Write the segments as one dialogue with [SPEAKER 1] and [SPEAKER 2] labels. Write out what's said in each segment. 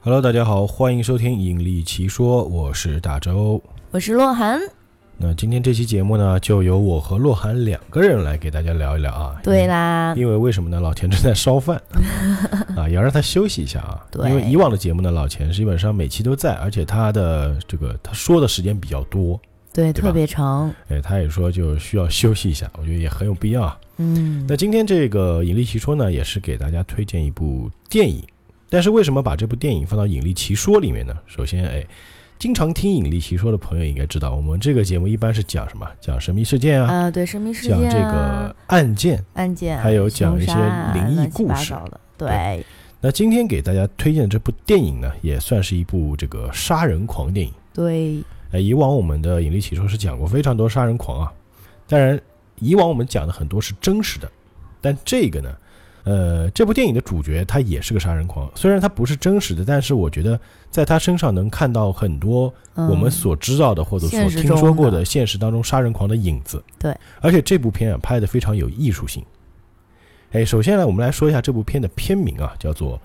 [SPEAKER 1] Hello，大家好，欢迎收听《引力奇说》，我是大周。
[SPEAKER 2] 我是洛涵，
[SPEAKER 1] 嗯那今天这期节目呢，就由我和洛涵两个人来给大家聊一聊啊。
[SPEAKER 2] 对啦，
[SPEAKER 1] 因为为什么呢？老钱正在烧饭 啊，也要让他休息一下啊。
[SPEAKER 2] 对
[SPEAKER 1] 因为以往的节目呢，老钱基本上每期都在，而且他的这个他说的时间比较多，
[SPEAKER 2] 对，
[SPEAKER 1] 对吧
[SPEAKER 2] 特别长，
[SPEAKER 1] 哎，他也说就需要休息一下，我觉得也很有必要啊。
[SPEAKER 2] 嗯，
[SPEAKER 1] 那今天这个《引力奇说》呢，也是给大家推荐一部电影。但是为什么把这部电影放到《引力奇说》里面呢？首先，哎，经常听《引力奇说》的朋友应该知道，我们这个节目一般是讲什么？讲神秘事件啊，
[SPEAKER 2] 啊，对，神秘事
[SPEAKER 1] 讲
[SPEAKER 2] 件
[SPEAKER 1] 这
[SPEAKER 2] 啊
[SPEAKER 1] 个案件。
[SPEAKER 2] 案件，
[SPEAKER 1] 还有讲
[SPEAKER 2] 凶
[SPEAKER 1] 一些
[SPEAKER 2] 杀啊
[SPEAKER 1] 灵异
[SPEAKER 2] 乱七
[SPEAKER 1] 故
[SPEAKER 2] 八
[SPEAKER 1] 事
[SPEAKER 2] 糟的，对，
[SPEAKER 1] 那今天给大家推荐的这部电影呢，也算是一部这个杀人狂电影。
[SPEAKER 2] 对，
[SPEAKER 1] 哎，以往我们的《引力奇说》是讲过非常多杀人狂啊，当然，以往我们讲的很多是真实的，但这个呢，呃，这部电影的主角他也是个杀人狂，虽然他不是真实的，但是我觉得在他身上能看到很多
[SPEAKER 2] 嗯
[SPEAKER 1] 我们所知道的或者所
[SPEAKER 2] 现实
[SPEAKER 1] 听说过
[SPEAKER 2] 中
[SPEAKER 1] 的
[SPEAKER 2] 的
[SPEAKER 1] 现实当中杀人狂的影子。
[SPEAKER 2] 对，
[SPEAKER 1] 而且这部片啊拍的非常有艺术性。哎，首先呢，我们来说一下这部片的片名啊，叫做《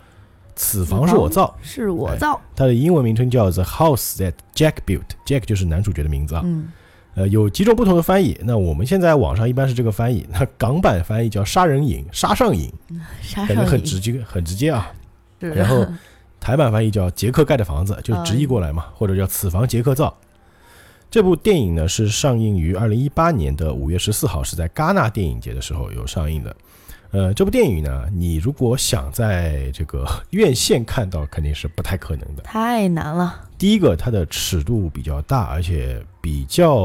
[SPEAKER 1] 此房是我造》。
[SPEAKER 2] 是我
[SPEAKER 1] 哎
[SPEAKER 2] 造，
[SPEAKER 1] 它的英文名称叫 The House That Jack Built。Jack 就是男主角的名字啊。
[SPEAKER 2] 嗯，
[SPEAKER 1] 呃，有几种不同的翻译。那我们现在网上一般是这个翻译，那港版翻译叫“杀人瘾”“杀上瘾
[SPEAKER 2] 杀”，
[SPEAKER 1] 感
[SPEAKER 2] 上
[SPEAKER 1] 觉很
[SPEAKER 2] 哎瘾
[SPEAKER 1] 直接，很直接啊。
[SPEAKER 2] 是
[SPEAKER 1] 然 后台版翻译叫“杰克盖的房子”，就
[SPEAKER 2] 嗯
[SPEAKER 1] 直译过来嘛，或者叫“此房杰克造”。这部电影呢是上映于二零一八年的五月十四号，是在戛纳电影节的时候有上映的。呃，这部电影呢，你如果想在这个院线看到，肯定是不太可能的。
[SPEAKER 2] 太难了，
[SPEAKER 1] 第一个，它的尺度比较大，而且比较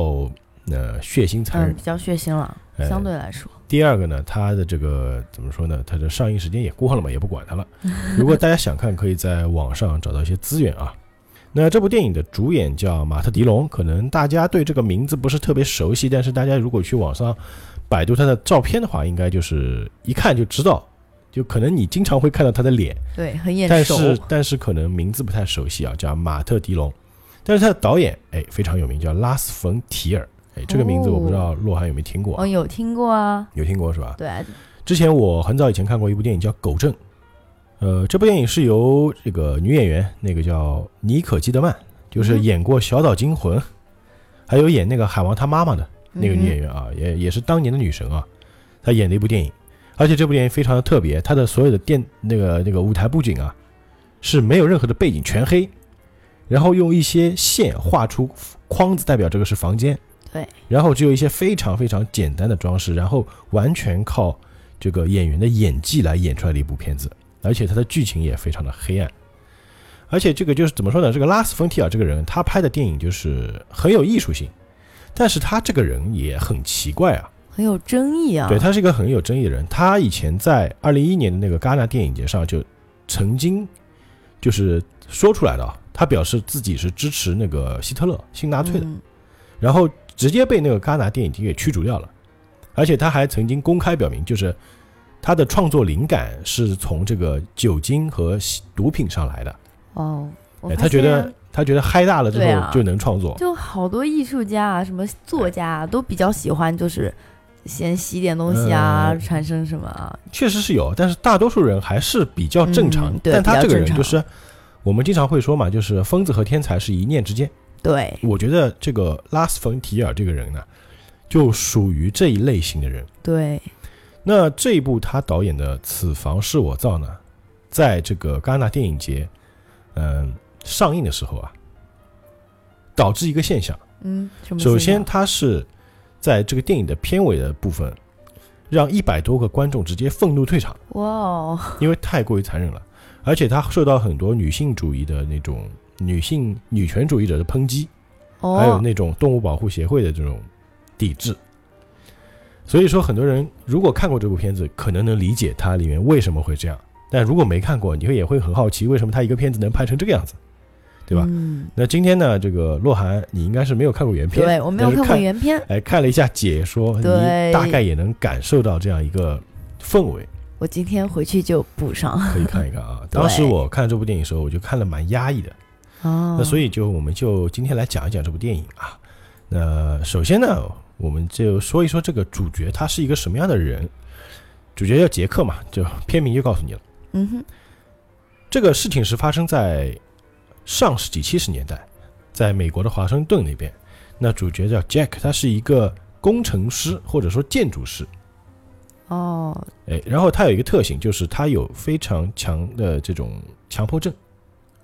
[SPEAKER 1] 呃血腥残
[SPEAKER 2] 嗯，
[SPEAKER 1] 忍
[SPEAKER 2] 比。较血腥了，
[SPEAKER 1] 哎
[SPEAKER 2] 相对来说，
[SPEAKER 1] 第二个呢，它的这个怎么说呢？它的上映时间也过了嘛，也不管 它了。如果大家想看，可以在网上找到一些资源啊。那这部电影的主演叫马特·迪龙，可能大家对这个名字不是特别熟悉，但是大家如果去网上百度他的照片的话，应该就是一看就知道，就可能你经常会看到他的脸，
[SPEAKER 2] 对，很眼
[SPEAKER 1] 但
[SPEAKER 2] 熟，
[SPEAKER 1] 是但是可能名字不太熟悉啊，叫马特·迪龙。但是他的导演哎非常有名，叫拉斯·冯·提尔。哎，这个名字我不知道洛涵有没有听过啊，
[SPEAKER 2] 哦，有听过啊，
[SPEAKER 1] 有听过是吧？
[SPEAKER 2] 对，
[SPEAKER 1] 之前我很早以前看过一部电影叫《狗证》，呃，这部电影是由这个女演员那个叫妮可基德曼，就是
[SPEAKER 2] 嗯
[SPEAKER 1] 演过《小岛惊魂》，还有演那个海王他妈妈的那个女演
[SPEAKER 2] 员，
[SPEAKER 1] 员啊，也也是当年的女神啊，她演的一部电影，而且这部电影非常的特别，它的所有的电那个那个舞台布景啊是没有任何的背景，全黑，然后用一些线画出框子，代表这个是房间，
[SPEAKER 2] 对，
[SPEAKER 1] 然后只有一些非常非常简单的装饰，然后完全靠这个演员的演技来演出来的一部片子，而且它的剧情也非常的黑暗。而且这个就是怎么说呢？这个拉斯冯提尔这个人，他拍的电影就是很有艺术性，但是他这个人也很奇怪啊。
[SPEAKER 2] 很有争议啊，
[SPEAKER 1] 对，他是一个很有争议的人。他以前在二零一一年的那个戛纳电影节上就曾经就是说出来的啊，他表示自己是支持那个希特勒、新纳粹的，
[SPEAKER 2] 嗯
[SPEAKER 1] 然后直接被那个戛纳电影节给驱逐掉了。而且他还曾经公开表明，就是他的创作灵感是从这个酒精和吸毒品上来的。
[SPEAKER 2] 哦，我
[SPEAKER 1] 哎，
[SPEAKER 2] 发
[SPEAKER 1] 他觉
[SPEAKER 2] 现
[SPEAKER 1] 得他觉得嗨大了之
[SPEAKER 2] 对
[SPEAKER 1] 后
[SPEAKER 2] 啊
[SPEAKER 1] 就能创作，
[SPEAKER 2] 就好多艺术家啊，什么作家啊，都比较喜欢就是先洗点东西啊，
[SPEAKER 1] 嗯
[SPEAKER 2] 产生什么啊，
[SPEAKER 1] 确实是有，但是大多数人还是比较正常。
[SPEAKER 2] 嗯对
[SPEAKER 1] 但他这个人
[SPEAKER 2] 比较
[SPEAKER 1] 就
[SPEAKER 2] 正常
[SPEAKER 1] 是，我们经常会说嘛，就是疯子和天才是一念之间。
[SPEAKER 2] 对
[SPEAKER 1] 我觉得这个拉斯冯提尔这个人呢，就属于这一类型的人。
[SPEAKER 2] 对，
[SPEAKER 1] 那这一部他导演的《此房是我造》呢，在这个戛纳电影节，嗯、上映的时候啊，导致一个现象。
[SPEAKER 2] 嗯，什么？
[SPEAKER 1] 首先，，它是在这个电影的片尾的部分，让一百多个观众直接愤怒退场。
[SPEAKER 2] 哇哦，
[SPEAKER 1] 因为太过于残忍了，而且它受到很多女性主义的那种女性女权主义者的抨击，还有
[SPEAKER 2] 哦，
[SPEAKER 1] 那种动物保护协会的这种抵制。所以说，很多人如果看过这部片子，可能能理解它里面为什么会这样；但如果没看过，你会也会很好奇，为什么它一个片子能拍成这个样子，对吧？
[SPEAKER 2] 嗯，
[SPEAKER 1] 那今天呢，这个洛涵，你应该是没有看过原片，
[SPEAKER 2] 对我没
[SPEAKER 1] 但
[SPEAKER 2] 有
[SPEAKER 1] 是
[SPEAKER 2] 看过原片，
[SPEAKER 1] 哎，看了一下解说，你
[SPEAKER 2] 对
[SPEAKER 1] 大概也能感受到这样一个氛围。
[SPEAKER 2] 我今天回去就补上。
[SPEAKER 1] 可以看一看啊。
[SPEAKER 2] 对
[SPEAKER 1] 当时我看这部电影的时候，我就看了蛮压抑的。
[SPEAKER 2] 哦，
[SPEAKER 1] 那所
[SPEAKER 2] 以，
[SPEAKER 1] 以就我们就今天来讲一讲这部电影啊。那首先呢，我们就说一说这个主角他是一个什么样的人。主角
[SPEAKER 2] 哦
[SPEAKER 1] 叫杰克嘛，就片名就告诉你了。
[SPEAKER 2] 嗯哼，
[SPEAKER 1] 这个事情是发生在上世纪七十年代，在美国的华盛顿那边，那主角叫 Jack，他是一个工程师或者说建筑师，
[SPEAKER 2] 哦，
[SPEAKER 1] 哎，然后他有一个特性，就是他有非常强的这种强迫症，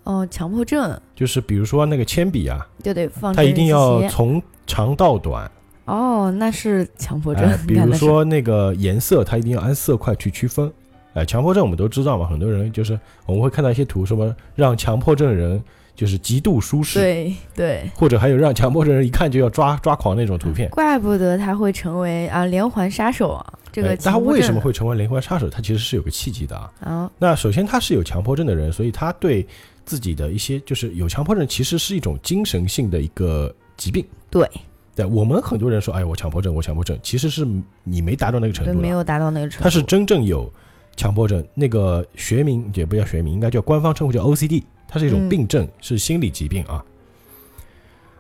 [SPEAKER 2] 哦，强迫症
[SPEAKER 1] 就是比如说那个铅笔啊，
[SPEAKER 2] 就得放
[SPEAKER 1] 他一定
[SPEAKER 2] 整
[SPEAKER 1] 要
[SPEAKER 2] 齐
[SPEAKER 1] 从长到短，
[SPEAKER 2] 哦，那是强迫症
[SPEAKER 1] 哎，比
[SPEAKER 2] 干
[SPEAKER 1] 如
[SPEAKER 2] 的事
[SPEAKER 1] 说那个颜色，它一定要按色块去区分。哎，强迫症我们都知道嘛，很多人就是我们会看到一些图，什么让强迫症人就是极度舒适，
[SPEAKER 2] 对对，
[SPEAKER 1] 或者还有让强迫症人一看就要抓抓狂那种图片。
[SPEAKER 2] 怪不得他会成为啊连环杀手啊，这
[SPEAKER 1] 哎
[SPEAKER 2] 个
[SPEAKER 1] 但他
[SPEAKER 2] 强迫
[SPEAKER 1] 为什
[SPEAKER 2] 症
[SPEAKER 1] 么会成为连环杀手？他其实是有个契机的啊。
[SPEAKER 2] 啊？
[SPEAKER 1] 那首先他是有强迫症的人，所以他对自己的一些就是有强迫症，其实是一种精神性的一个疾病。
[SPEAKER 2] 对
[SPEAKER 1] 对，我们很多人说，哎，我强迫症，我强迫症，其实是你没达到那个程
[SPEAKER 2] 对，
[SPEAKER 1] 度
[SPEAKER 2] 没
[SPEAKER 1] 了。
[SPEAKER 2] 有达到那个程度，
[SPEAKER 1] 他是真正有强迫症，那个学名也不叫学名，应该叫官方称呼叫 OCD，它是一种
[SPEAKER 2] 嗯
[SPEAKER 1] 病症，是心理疾病啊。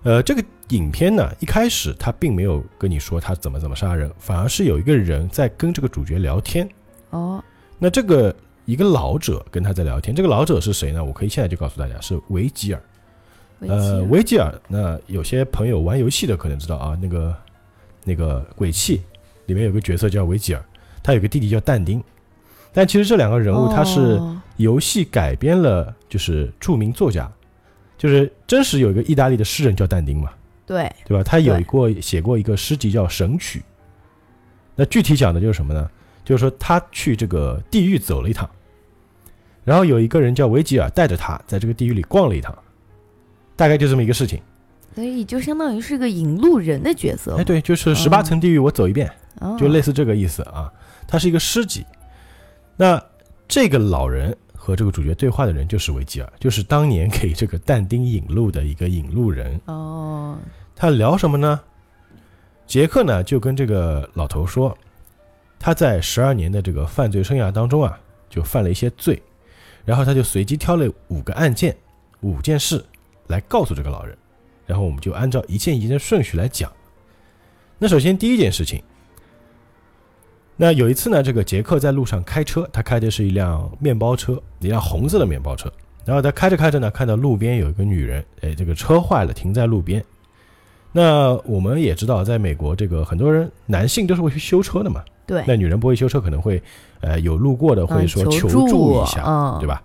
[SPEAKER 1] 呃，这个影片呢，一开始他并没有跟你说他怎么怎么杀人，反而是有一个人在跟这个主角聊天。
[SPEAKER 2] 哦
[SPEAKER 1] 那这个一个老者跟他在聊天，这个老者是谁呢？我可以现在就告诉大家，是维吉尔。
[SPEAKER 2] 危
[SPEAKER 1] 呃，
[SPEAKER 2] 机啊
[SPEAKER 1] 维吉尔，那有些朋友玩游戏的可能知道啊，那个那个鬼泣里面有个角色叫维吉尔，他有个弟弟叫但丁。但其实这两个人物他是
[SPEAKER 2] 哦
[SPEAKER 1] 游戏改编了，就是著名作家，就是真实有一个意大利的诗人叫但丁嘛，
[SPEAKER 2] 对
[SPEAKER 1] 对吧？他有
[SPEAKER 2] 对
[SPEAKER 1] 过写过一个诗集叫《神曲》，那具体讲的就是什么呢？就是说他去这个地狱走了一趟，然后有一个人叫维吉尔带着他在这个地狱里逛了一趟，大概就这么一个事情。
[SPEAKER 2] 所以就相当于是个引路人的角色嘛，
[SPEAKER 1] 哎，对，就是十八层地狱我走一遍，
[SPEAKER 2] 哦，
[SPEAKER 1] 就类似这个意思啊。它是一个诗集。那这个老人和这个主角对话的人就是维吉尔，就是当年给这个但丁引路的一个引路人。
[SPEAKER 2] 哦，
[SPEAKER 1] 他聊什么呢？杰克呢就跟这个老头说，他在十二年的这个犯罪生涯当中啊，就犯了一些罪，然后他就随机挑了五个案件、五件事来告诉这个老人，然后我们就按照一件一件的顺序来讲。那首先第一件事情，那有一次呢，这个杰克在路上开车，他开的是一辆面包车，一辆红色的面包车。然后他开着开着呢，看到路边有一个女人，哎，这个车坏了，停在路边。那我们也知道，在美国，这个很多人男性都是会去修车的嘛。
[SPEAKER 2] 对，
[SPEAKER 1] 那女人不会修车，可能会，呃，有路过的会
[SPEAKER 2] 嗯
[SPEAKER 1] 说
[SPEAKER 2] 求
[SPEAKER 1] 求
[SPEAKER 2] 助
[SPEAKER 1] 助一下，
[SPEAKER 2] 嗯，
[SPEAKER 1] 对吧？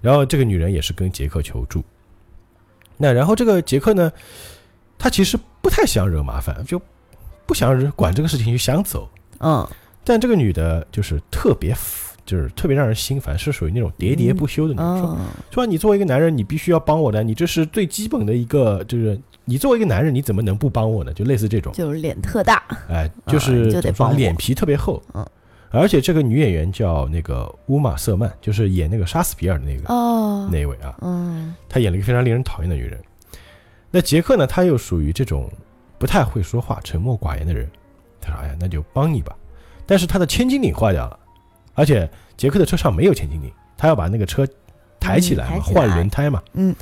[SPEAKER 1] 然后这个女人也是跟杰克求助。那然后这个杰克呢，他其实不太想惹麻烦，就不想惹管这个事情，就想走。
[SPEAKER 2] 嗯，
[SPEAKER 1] 但这个女的就是特别烦，就是特别让人心烦，是属于那种喋喋不休的那种。说
[SPEAKER 2] 嗯，
[SPEAKER 1] 说你作为一个男人，你必须要帮我的，你这是最基本的一个，就是你作为一个男人，你怎么能不帮我呢？就类似这种。
[SPEAKER 2] 就是脸特大，
[SPEAKER 1] 哎，就是
[SPEAKER 2] 啊就得
[SPEAKER 1] 怎么说
[SPEAKER 2] 帮我
[SPEAKER 1] 脸皮特别厚。
[SPEAKER 2] 嗯，
[SPEAKER 1] 而且这个女演员叫那个乌玛瑟曼，就是演那个杀死比尔的那个、
[SPEAKER 2] 哦，
[SPEAKER 1] 那一位啊，
[SPEAKER 2] 嗯，
[SPEAKER 1] 她演了一个非常令人讨厌的女人。那杰克呢，他又属于这种不太会说话、沉默寡言的人。他说：“哎呀，那就帮你吧。”但是他的千斤顶坏掉了，而且杰克的车上没有千斤顶，他要把那个车抬起来嘛，
[SPEAKER 2] 嗯抬起来
[SPEAKER 1] 换轮胎嘛。
[SPEAKER 2] 嗯。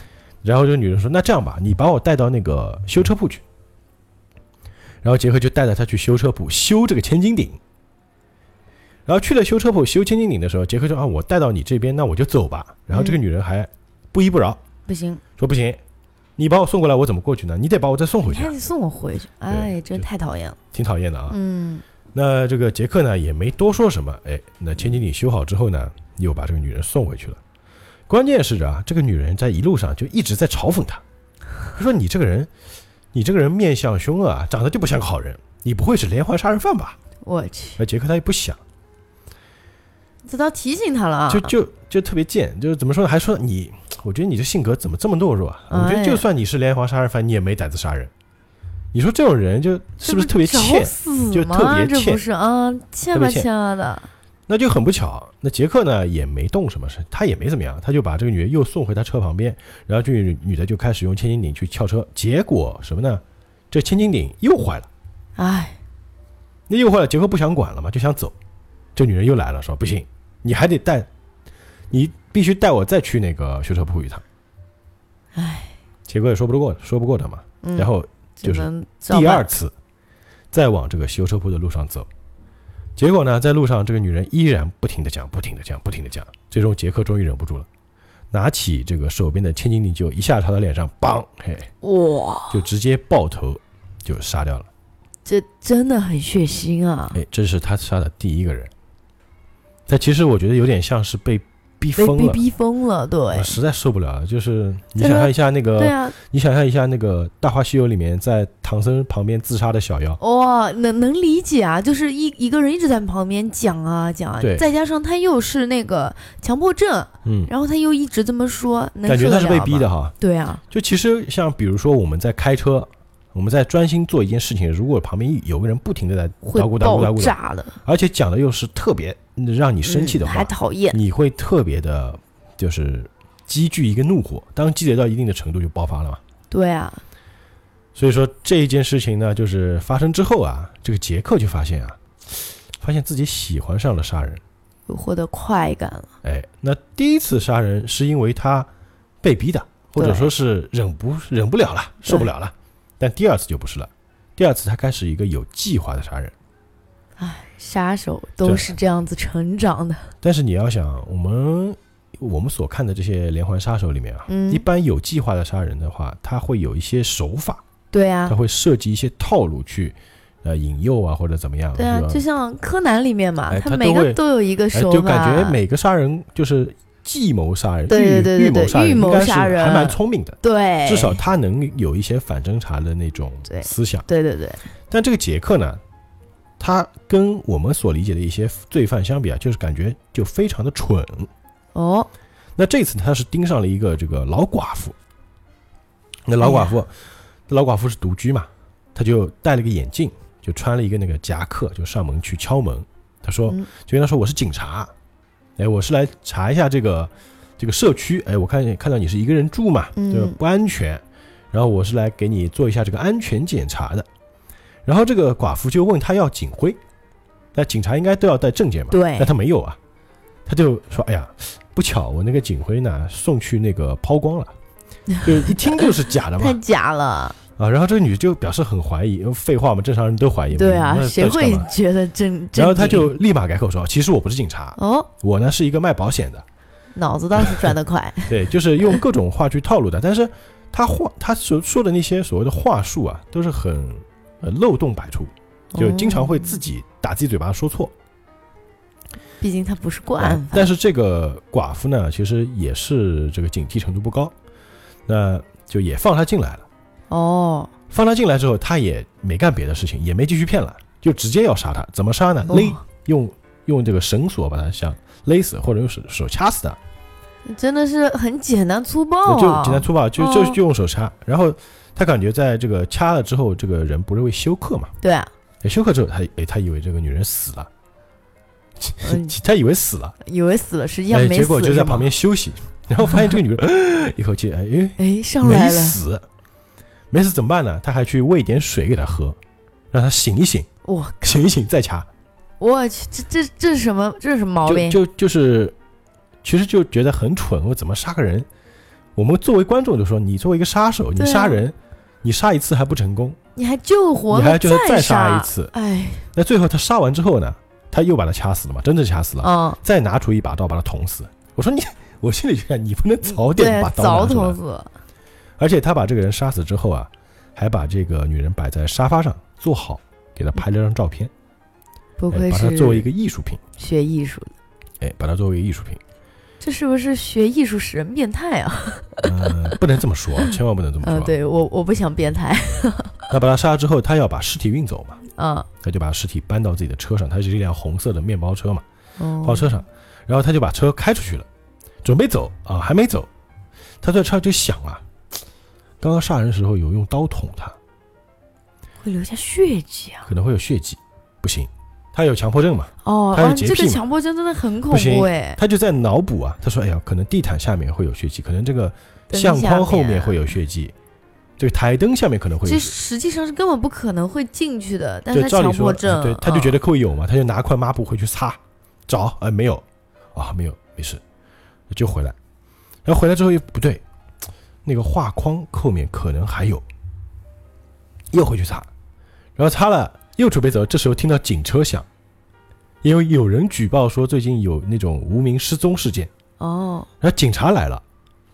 [SPEAKER 1] 然后这个女人说：“那这样吧，你把我带到那个修车铺去。”然后杰克就带着他去修车铺修这个千斤顶。然后去了修车铺修千斤顶的时候，杰克说：“啊，我带到你这边，那我就走吧。”然后这个
[SPEAKER 2] 嗯
[SPEAKER 1] 女人还不依不饶，
[SPEAKER 2] 不行，
[SPEAKER 1] 说：“不行，你把我送过来，我怎么过去呢？你得把我再送回
[SPEAKER 2] 你
[SPEAKER 1] 去啊
[SPEAKER 2] 还，得送我回去，哎，真
[SPEAKER 1] 就
[SPEAKER 2] 太讨厌了，
[SPEAKER 1] 挺讨厌的啊。”
[SPEAKER 2] 嗯，
[SPEAKER 1] 那这个杰克呢也没多说什么，哎，那千斤顶修好之后呢，又把这个女人送回去了。关键是啊，这个女人在一路上就一直在嘲讽他，她说：“你这个人，你这个人面相凶恶啊，长得就不像个好人，你不会是连环杀人犯吧
[SPEAKER 2] 我？”去，
[SPEAKER 1] 而杰克他也不想，
[SPEAKER 2] 这都提醒他了啊，
[SPEAKER 1] 就就就特别贱，就是怎么说呢，还说你，我觉得你这性格怎么这么懦弱啊？我觉得
[SPEAKER 2] 哎
[SPEAKER 1] 就算你是连环杀人犯，你也没胆子杀人。你说这种人就是不是特别
[SPEAKER 2] 找
[SPEAKER 1] 欠？
[SPEAKER 2] 死
[SPEAKER 1] 就
[SPEAKER 2] 吗？
[SPEAKER 1] 特别
[SPEAKER 2] 这不
[SPEAKER 1] 欠
[SPEAKER 2] 是啊，欠
[SPEAKER 1] 特
[SPEAKER 2] 吧
[SPEAKER 1] 别欠
[SPEAKER 2] 吧的，
[SPEAKER 1] 那就很不巧，那杰克呢也没动什么事，他也没怎么样，他就把这个女的又送回他车旁边，然后这女女的就开始用千斤顶去撬车，结果什么呢？这千斤顶又坏了，
[SPEAKER 2] 哎，
[SPEAKER 1] 那又坏了，杰克不想管了嘛，就想走，这女人又来了，说不行，你还得带，你必须带我再去那个修车铺一趟。
[SPEAKER 2] 唉，
[SPEAKER 1] 杰克也说不过，说不过他嘛，
[SPEAKER 2] 嗯
[SPEAKER 1] 然后
[SPEAKER 2] 只
[SPEAKER 1] 就是
[SPEAKER 2] 能照
[SPEAKER 1] 第
[SPEAKER 2] 办
[SPEAKER 1] 二次再往这个修车铺的路上走。结果呢，在路上这个女人依然不停的讲，不停的讲，不停的讲。最终杰克终于忍不住了，拿起这个手边的千斤顶就一下朝他脸上，梆，嘿，
[SPEAKER 2] 哇，
[SPEAKER 1] 就直接爆头就杀掉了。
[SPEAKER 2] 这真的很血腥啊！
[SPEAKER 1] 哎，这是他杀的第一个人。但其实我觉得有点像是被逼
[SPEAKER 2] 被
[SPEAKER 1] 疯
[SPEAKER 2] 被
[SPEAKER 1] 了，
[SPEAKER 2] 逼疯了，对
[SPEAKER 1] 我实在受不了了。就是你
[SPEAKER 2] 但
[SPEAKER 1] 想
[SPEAKER 2] 是
[SPEAKER 1] 象一下那
[SPEAKER 2] 对
[SPEAKER 1] 个，
[SPEAKER 2] 啊，
[SPEAKER 1] 你想象一下那个《大话西游》里面在唐僧旁边自杀的小
[SPEAKER 2] 哦
[SPEAKER 1] 妖，
[SPEAKER 2] 哇，能能理解啊，就是一一个人一直在旁边讲啊讲啊
[SPEAKER 1] 对，
[SPEAKER 2] 再加上他又是那个强迫症，
[SPEAKER 1] 嗯，
[SPEAKER 2] 然后他又一直这么说，能
[SPEAKER 1] 感觉
[SPEAKER 2] 受
[SPEAKER 1] 他
[SPEAKER 2] 得
[SPEAKER 1] 是被
[SPEAKER 2] 了
[SPEAKER 1] 逼
[SPEAKER 2] 吗
[SPEAKER 1] 的。哈。
[SPEAKER 2] 对啊，
[SPEAKER 1] 就其实像比如说我们在开车，我们在专心做一件事情，如果旁边有个人不停的在
[SPEAKER 2] 会
[SPEAKER 1] 捣鼓捣鼓捣
[SPEAKER 2] 爆
[SPEAKER 1] 鼓的，
[SPEAKER 2] 炸的，
[SPEAKER 1] 而且讲的又是特别嗯让你生气的
[SPEAKER 2] 嗯还
[SPEAKER 1] 话，
[SPEAKER 2] 讨厌。
[SPEAKER 1] 你会特别的，就是积聚一个怒火，当积累到一定的程度就爆发了嘛。
[SPEAKER 2] 对啊，
[SPEAKER 1] 所以说这一件事情呢，就是发生之后啊，这个杰克就发现啊，发现自己喜欢上了杀人。
[SPEAKER 2] 有获得快感了。
[SPEAKER 1] 哎，那第一次杀人是因为他被逼的，或者
[SPEAKER 2] 对
[SPEAKER 1] 说是忍不忍不了了，受不了了。但第二次就不是了，第二次他开始一个有计划的杀人。
[SPEAKER 2] 杀手
[SPEAKER 1] 对
[SPEAKER 2] 都是这样子成长的，
[SPEAKER 1] 但是你要想，我们我们所看的这些连环杀手里面啊，
[SPEAKER 2] 嗯
[SPEAKER 1] 一般有计划的杀人的话，他会有一些手法，
[SPEAKER 2] 对
[SPEAKER 1] 他
[SPEAKER 2] 啊，
[SPEAKER 1] 会设计一些套路去呃引诱啊或者怎么样，
[SPEAKER 2] 对啊
[SPEAKER 1] 是吧，
[SPEAKER 2] 就像柯南里面嘛，
[SPEAKER 1] 哎他
[SPEAKER 2] 每
[SPEAKER 1] 都
[SPEAKER 2] 个
[SPEAKER 1] 会
[SPEAKER 2] 都有一个
[SPEAKER 1] 哎，
[SPEAKER 2] 手法，
[SPEAKER 1] 就感觉每个杀人就是计谋杀人，
[SPEAKER 2] 对对
[SPEAKER 1] 预预
[SPEAKER 2] 对对
[SPEAKER 1] 谋
[SPEAKER 2] 对
[SPEAKER 1] 杀人，
[SPEAKER 2] 预谋
[SPEAKER 1] 应该是
[SPEAKER 2] 杀人
[SPEAKER 1] 还蛮聪明的。
[SPEAKER 2] 对，
[SPEAKER 1] 至少他能有一些反侦查的那种
[SPEAKER 2] 对
[SPEAKER 1] 思想。
[SPEAKER 2] 对对对，
[SPEAKER 1] 但这个杰克呢，他跟我们所理解的一些罪犯相比啊，就是感觉就非常的蠢。
[SPEAKER 2] 哦，
[SPEAKER 1] 那这次他是盯上了一个这个老寡妇，那老寡妇，老寡妇是独居嘛，他就戴了个眼镜，就穿了一个那个夹克，就上门去敲门。他说，
[SPEAKER 2] 嗯
[SPEAKER 1] 就跟他说我是警察，哎，我是来查一下这个这个社区，哎，我看看到你是一个人住嘛，
[SPEAKER 2] 嗯
[SPEAKER 1] 就不安全，然后我是来给你做一下这个安全检查的。然后这个寡妇就问他要警徽，那警察应该都要带证件嘛，
[SPEAKER 2] 对
[SPEAKER 1] 那他没有啊，他就说哎呀，不巧我那个警徽呢送去那个抛光 了。就一听就是假的嘛
[SPEAKER 2] 太假了，
[SPEAKER 1] 啊！然后这个女就表示很怀疑，废话嘛，正常人都怀疑嘛。
[SPEAKER 2] 对啊
[SPEAKER 1] 那，到
[SPEAKER 2] 谁
[SPEAKER 1] 底是干
[SPEAKER 2] 会
[SPEAKER 1] 嘛
[SPEAKER 2] 觉得正？
[SPEAKER 1] 然后他
[SPEAKER 2] 正经
[SPEAKER 1] 就立马改口说：“其实我不是警察，
[SPEAKER 2] 哦，
[SPEAKER 1] 我呢是一个卖保险的。
[SPEAKER 2] 脑子倒是转 得快，”
[SPEAKER 1] 对，就是用各种话去套路的。但是他话他所说的那些所谓的话术啊，都是很呃漏洞百出，就经常会自
[SPEAKER 2] 哦，
[SPEAKER 1] 己打自己嘴巴说错。
[SPEAKER 2] 毕竟哦他不是惯
[SPEAKER 1] 啊
[SPEAKER 2] 犯，
[SPEAKER 1] 但是这个寡妇呢，其实也是这个警惕程度不高，那就也放他进来了。
[SPEAKER 2] 哦，
[SPEAKER 1] 放他进来之后，他也没干别的事情，也没继续骗了，就直接要杀他。怎么杀呢？勒，
[SPEAKER 2] 哦
[SPEAKER 1] 用用这个绳索把他像勒死，或者用手手掐死他。
[SPEAKER 2] 真的是很简单粗暴
[SPEAKER 1] 那
[SPEAKER 2] 啊，
[SPEAKER 1] 就简单粗暴，就就
[SPEAKER 2] 哦
[SPEAKER 1] 就用手掐。然后他感觉在这个掐了之后，这个人不是会休克嘛？
[SPEAKER 2] 对啊，
[SPEAKER 1] 哎休克之后，他哎他以为这个女人死了，
[SPEAKER 2] 嗯
[SPEAKER 1] 他以为死了，
[SPEAKER 2] 以为死了，实际上
[SPEAKER 1] 哎
[SPEAKER 2] 没死，
[SPEAKER 1] 结果就在旁
[SPEAKER 2] 是吗，
[SPEAKER 1] 边休 息，然后发现这个女人 一口气哎哎
[SPEAKER 2] 哎，上来
[SPEAKER 1] 没
[SPEAKER 2] 了，
[SPEAKER 1] 死，没死怎么办呢？他还去喂点水给他喝，让他醒 一醒，
[SPEAKER 2] 我
[SPEAKER 1] 醒一醒再掐，
[SPEAKER 2] 我去，这这这是什么？这是什么毛
[SPEAKER 1] 就
[SPEAKER 2] 病？
[SPEAKER 1] 就就是其实就觉得很蠢，我怎么杀个人？我们作为观众就说，你作为一个杀手，你
[SPEAKER 2] 对啊
[SPEAKER 1] 杀人，你杀一次还不成功。
[SPEAKER 2] 你还救活
[SPEAKER 1] 你
[SPEAKER 2] 了，
[SPEAKER 1] 还觉得再杀
[SPEAKER 2] 杀
[SPEAKER 1] 一？次？
[SPEAKER 2] 哎，
[SPEAKER 1] 那最后他杀完之后呢，他又把他掐死了嘛，真正掐死了，
[SPEAKER 2] 嗯，
[SPEAKER 1] 再拿出一把刀把他捅死。我说你， 我心里就想，你不能早点
[SPEAKER 2] 对
[SPEAKER 1] 把，刀
[SPEAKER 2] 早
[SPEAKER 1] 拿出来
[SPEAKER 2] 捅。死，
[SPEAKER 1] 而且他把这个人杀死之后啊，还把这个女人摆在沙发上坐好，给她拍了张照片，
[SPEAKER 2] 不
[SPEAKER 1] 哎
[SPEAKER 2] 愧
[SPEAKER 1] 把
[SPEAKER 2] 是
[SPEAKER 1] 它作为一个艺术品，
[SPEAKER 2] 学艺术的，
[SPEAKER 1] 哎，把它作为一个艺术品，
[SPEAKER 2] 这是不是学艺术使人变态啊？
[SPEAKER 1] 嗯、不能这么说，千万不能这么
[SPEAKER 2] 嗯，
[SPEAKER 1] 说。啊
[SPEAKER 2] 对我我不想变态，
[SPEAKER 1] 那把他杀了之后，他要把尸体运走嘛，
[SPEAKER 2] 嗯，
[SPEAKER 1] 他就把尸体搬到自己的车上，他是一辆红色的面包车嘛。
[SPEAKER 2] 哦
[SPEAKER 1] 跑车上，然后他就把车开出去了，准备走啊，还没走，他在车就想啊，刚刚杀人的时候有用刀捅他，
[SPEAKER 2] 会留下血迹啊！
[SPEAKER 1] 可能会有血迹，不行，他有强迫症嘛，
[SPEAKER 2] 哦，
[SPEAKER 1] 他有
[SPEAKER 2] 哇
[SPEAKER 1] 洁
[SPEAKER 2] 这
[SPEAKER 1] 癖
[SPEAKER 2] 个
[SPEAKER 1] 嘛
[SPEAKER 2] 强迫症真的很恐
[SPEAKER 1] 不行
[SPEAKER 2] 怖哎，
[SPEAKER 1] 他就在脑补啊，他说，哎呀，可能地毯下面会有血迹，可能这个
[SPEAKER 2] 灯
[SPEAKER 1] 相
[SPEAKER 2] 下
[SPEAKER 1] 框后面
[SPEAKER 2] 面啊
[SPEAKER 1] 会有血迹，这个台灯下面可能会有
[SPEAKER 2] 这
[SPEAKER 1] 血。
[SPEAKER 2] 实际上是根本不可能会进去的，但
[SPEAKER 1] 就是
[SPEAKER 2] 他
[SPEAKER 1] 照理
[SPEAKER 2] 强
[SPEAKER 1] 说，
[SPEAKER 2] 迫
[SPEAKER 1] 啊
[SPEAKER 2] 症，嗯
[SPEAKER 1] 对，他就觉
[SPEAKER 2] 得
[SPEAKER 1] 得会有嘛，他就拿块抹布回去擦，找，哎，没有，啊，没有，没事，就回来。然后回来之后又不对，那个画框后面可能还有，又回去擦，然后擦了又准备走，这时候听到警车响，因为有人举报说最近有那种无名失踪事件，
[SPEAKER 2] 哦，
[SPEAKER 1] 然后警察来了，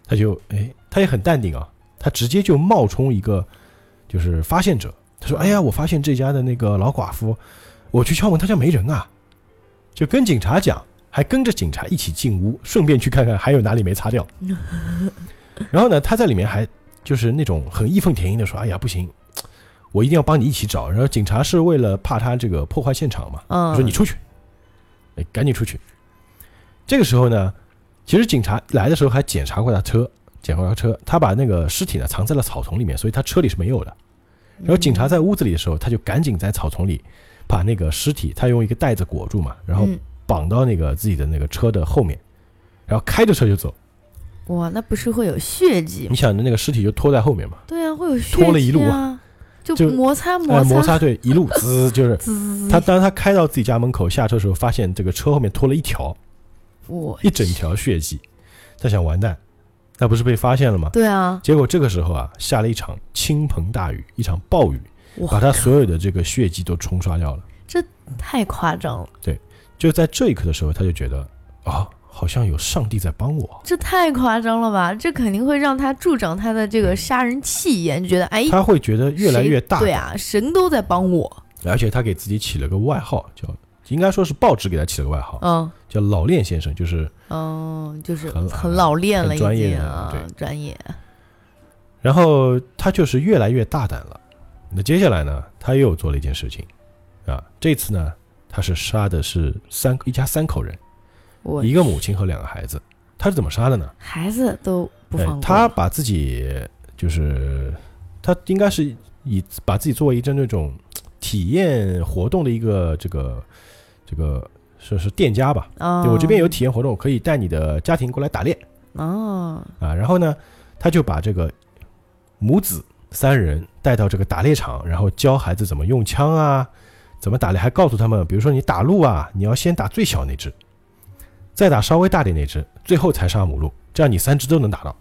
[SPEAKER 1] 他就哎，他也很淡定啊，他直接就冒充一个就是发现者，他说：“哎呀，我发现这家的那个老寡妇，我去敲门，他家没人啊。”就跟警察讲，还跟着警察一起进屋，顺便去看看还有哪里没擦掉。然后呢，他在里面还就是那种很义愤填膺的说：“哎呀，不行，我一定要帮你一起找。”然后警察是为了怕他这个破坏现场嘛，
[SPEAKER 2] 嗯，
[SPEAKER 1] 我说你出去，哎，赶紧出去。这个时候呢，其实警察来的时候还检查过他车，检查过他车，他把那个尸体呢藏在了草丛里面，所以他车里是没有的。然后
[SPEAKER 2] 嗯
[SPEAKER 1] 警察在屋子里的时候，他就赶紧在草丛里把那个尸体，他用一个袋子裹住嘛，然后
[SPEAKER 2] 嗯
[SPEAKER 1] 绑到那个自己的那个车的后面，然后开着车就走。
[SPEAKER 2] 哇，那不是会有血迹吗
[SPEAKER 1] 嗯你？想着那个尸体就拖在后面嘛，
[SPEAKER 2] 对啊，会有血迹啊，
[SPEAKER 1] 拖了一路
[SPEAKER 2] 就
[SPEAKER 1] 就
[SPEAKER 2] 摩擦
[SPEAKER 1] 呃，
[SPEAKER 2] 摩
[SPEAKER 1] 摩擦对，一路滋就是
[SPEAKER 2] 滋，
[SPEAKER 1] 他。当他开到自己家门口下车的时候，发现这个车后面拖了一条，
[SPEAKER 2] 我
[SPEAKER 1] 一整条血迹。他想完蛋，那不是被发现了吗？
[SPEAKER 2] 对啊，
[SPEAKER 1] 结果这个时候啊，下了一场倾盆大雨，一场暴雨，把
[SPEAKER 2] 哇，
[SPEAKER 1] 他所有的这个血迹都冲刷掉了。
[SPEAKER 2] 太夸张了，
[SPEAKER 1] 就在这一刻的时候，他就觉得啊，好像有上帝在帮我。
[SPEAKER 2] 这太夸张了吧？这肯定会让他助长他的这个杀人气焰，就觉得哎，
[SPEAKER 1] 他会觉得越来越大
[SPEAKER 2] 谁，对啊，神都在帮我，
[SPEAKER 1] 而且他给自己起了个外号，叫应该说是报纸给他起了个外号，
[SPEAKER 2] 嗯
[SPEAKER 1] 叫老练先生，就是
[SPEAKER 2] 嗯，就是
[SPEAKER 1] 很
[SPEAKER 2] 很老练了，
[SPEAKER 1] 很
[SPEAKER 2] 已
[SPEAKER 1] 专业
[SPEAKER 2] 经
[SPEAKER 1] 的
[SPEAKER 2] 啊，专业，
[SPEAKER 1] 然后他就是越来越大胆了。那接下来呢，他又做了一件事情，啊，这次呢，他是杀的是三一家三口人，
[SPEAKER 2] 我
[SPEAKER 1] 一个母亲和两个孩子。他是怎么杀的呢？
[SPEAKER 2] 孩子都不
[SPEAKER 1] 哎
[SPEAKER 2] 放过，
[SPEAKER 1] 他把自己就是他应该是以把自己作为一阵那种体验活动的一个这个这个是是店家吧？
[SPEAKER 2] 啊，
[SPEAKER 1] 对我这边有体验活动，可以带你的家庭过来打猎。
[SPEAKER 2] 啊，
[SPEAKER 1] 啊，然后呢，他就把这个母子三人带到这个打猎场，然后教孩子怎么用枪啊，怎么打猎，还告诉他们，比如说你打鹿啊，你要先打最小那只，再打稍微大点那只，最后才杀母鹿，这样你三只都能打到。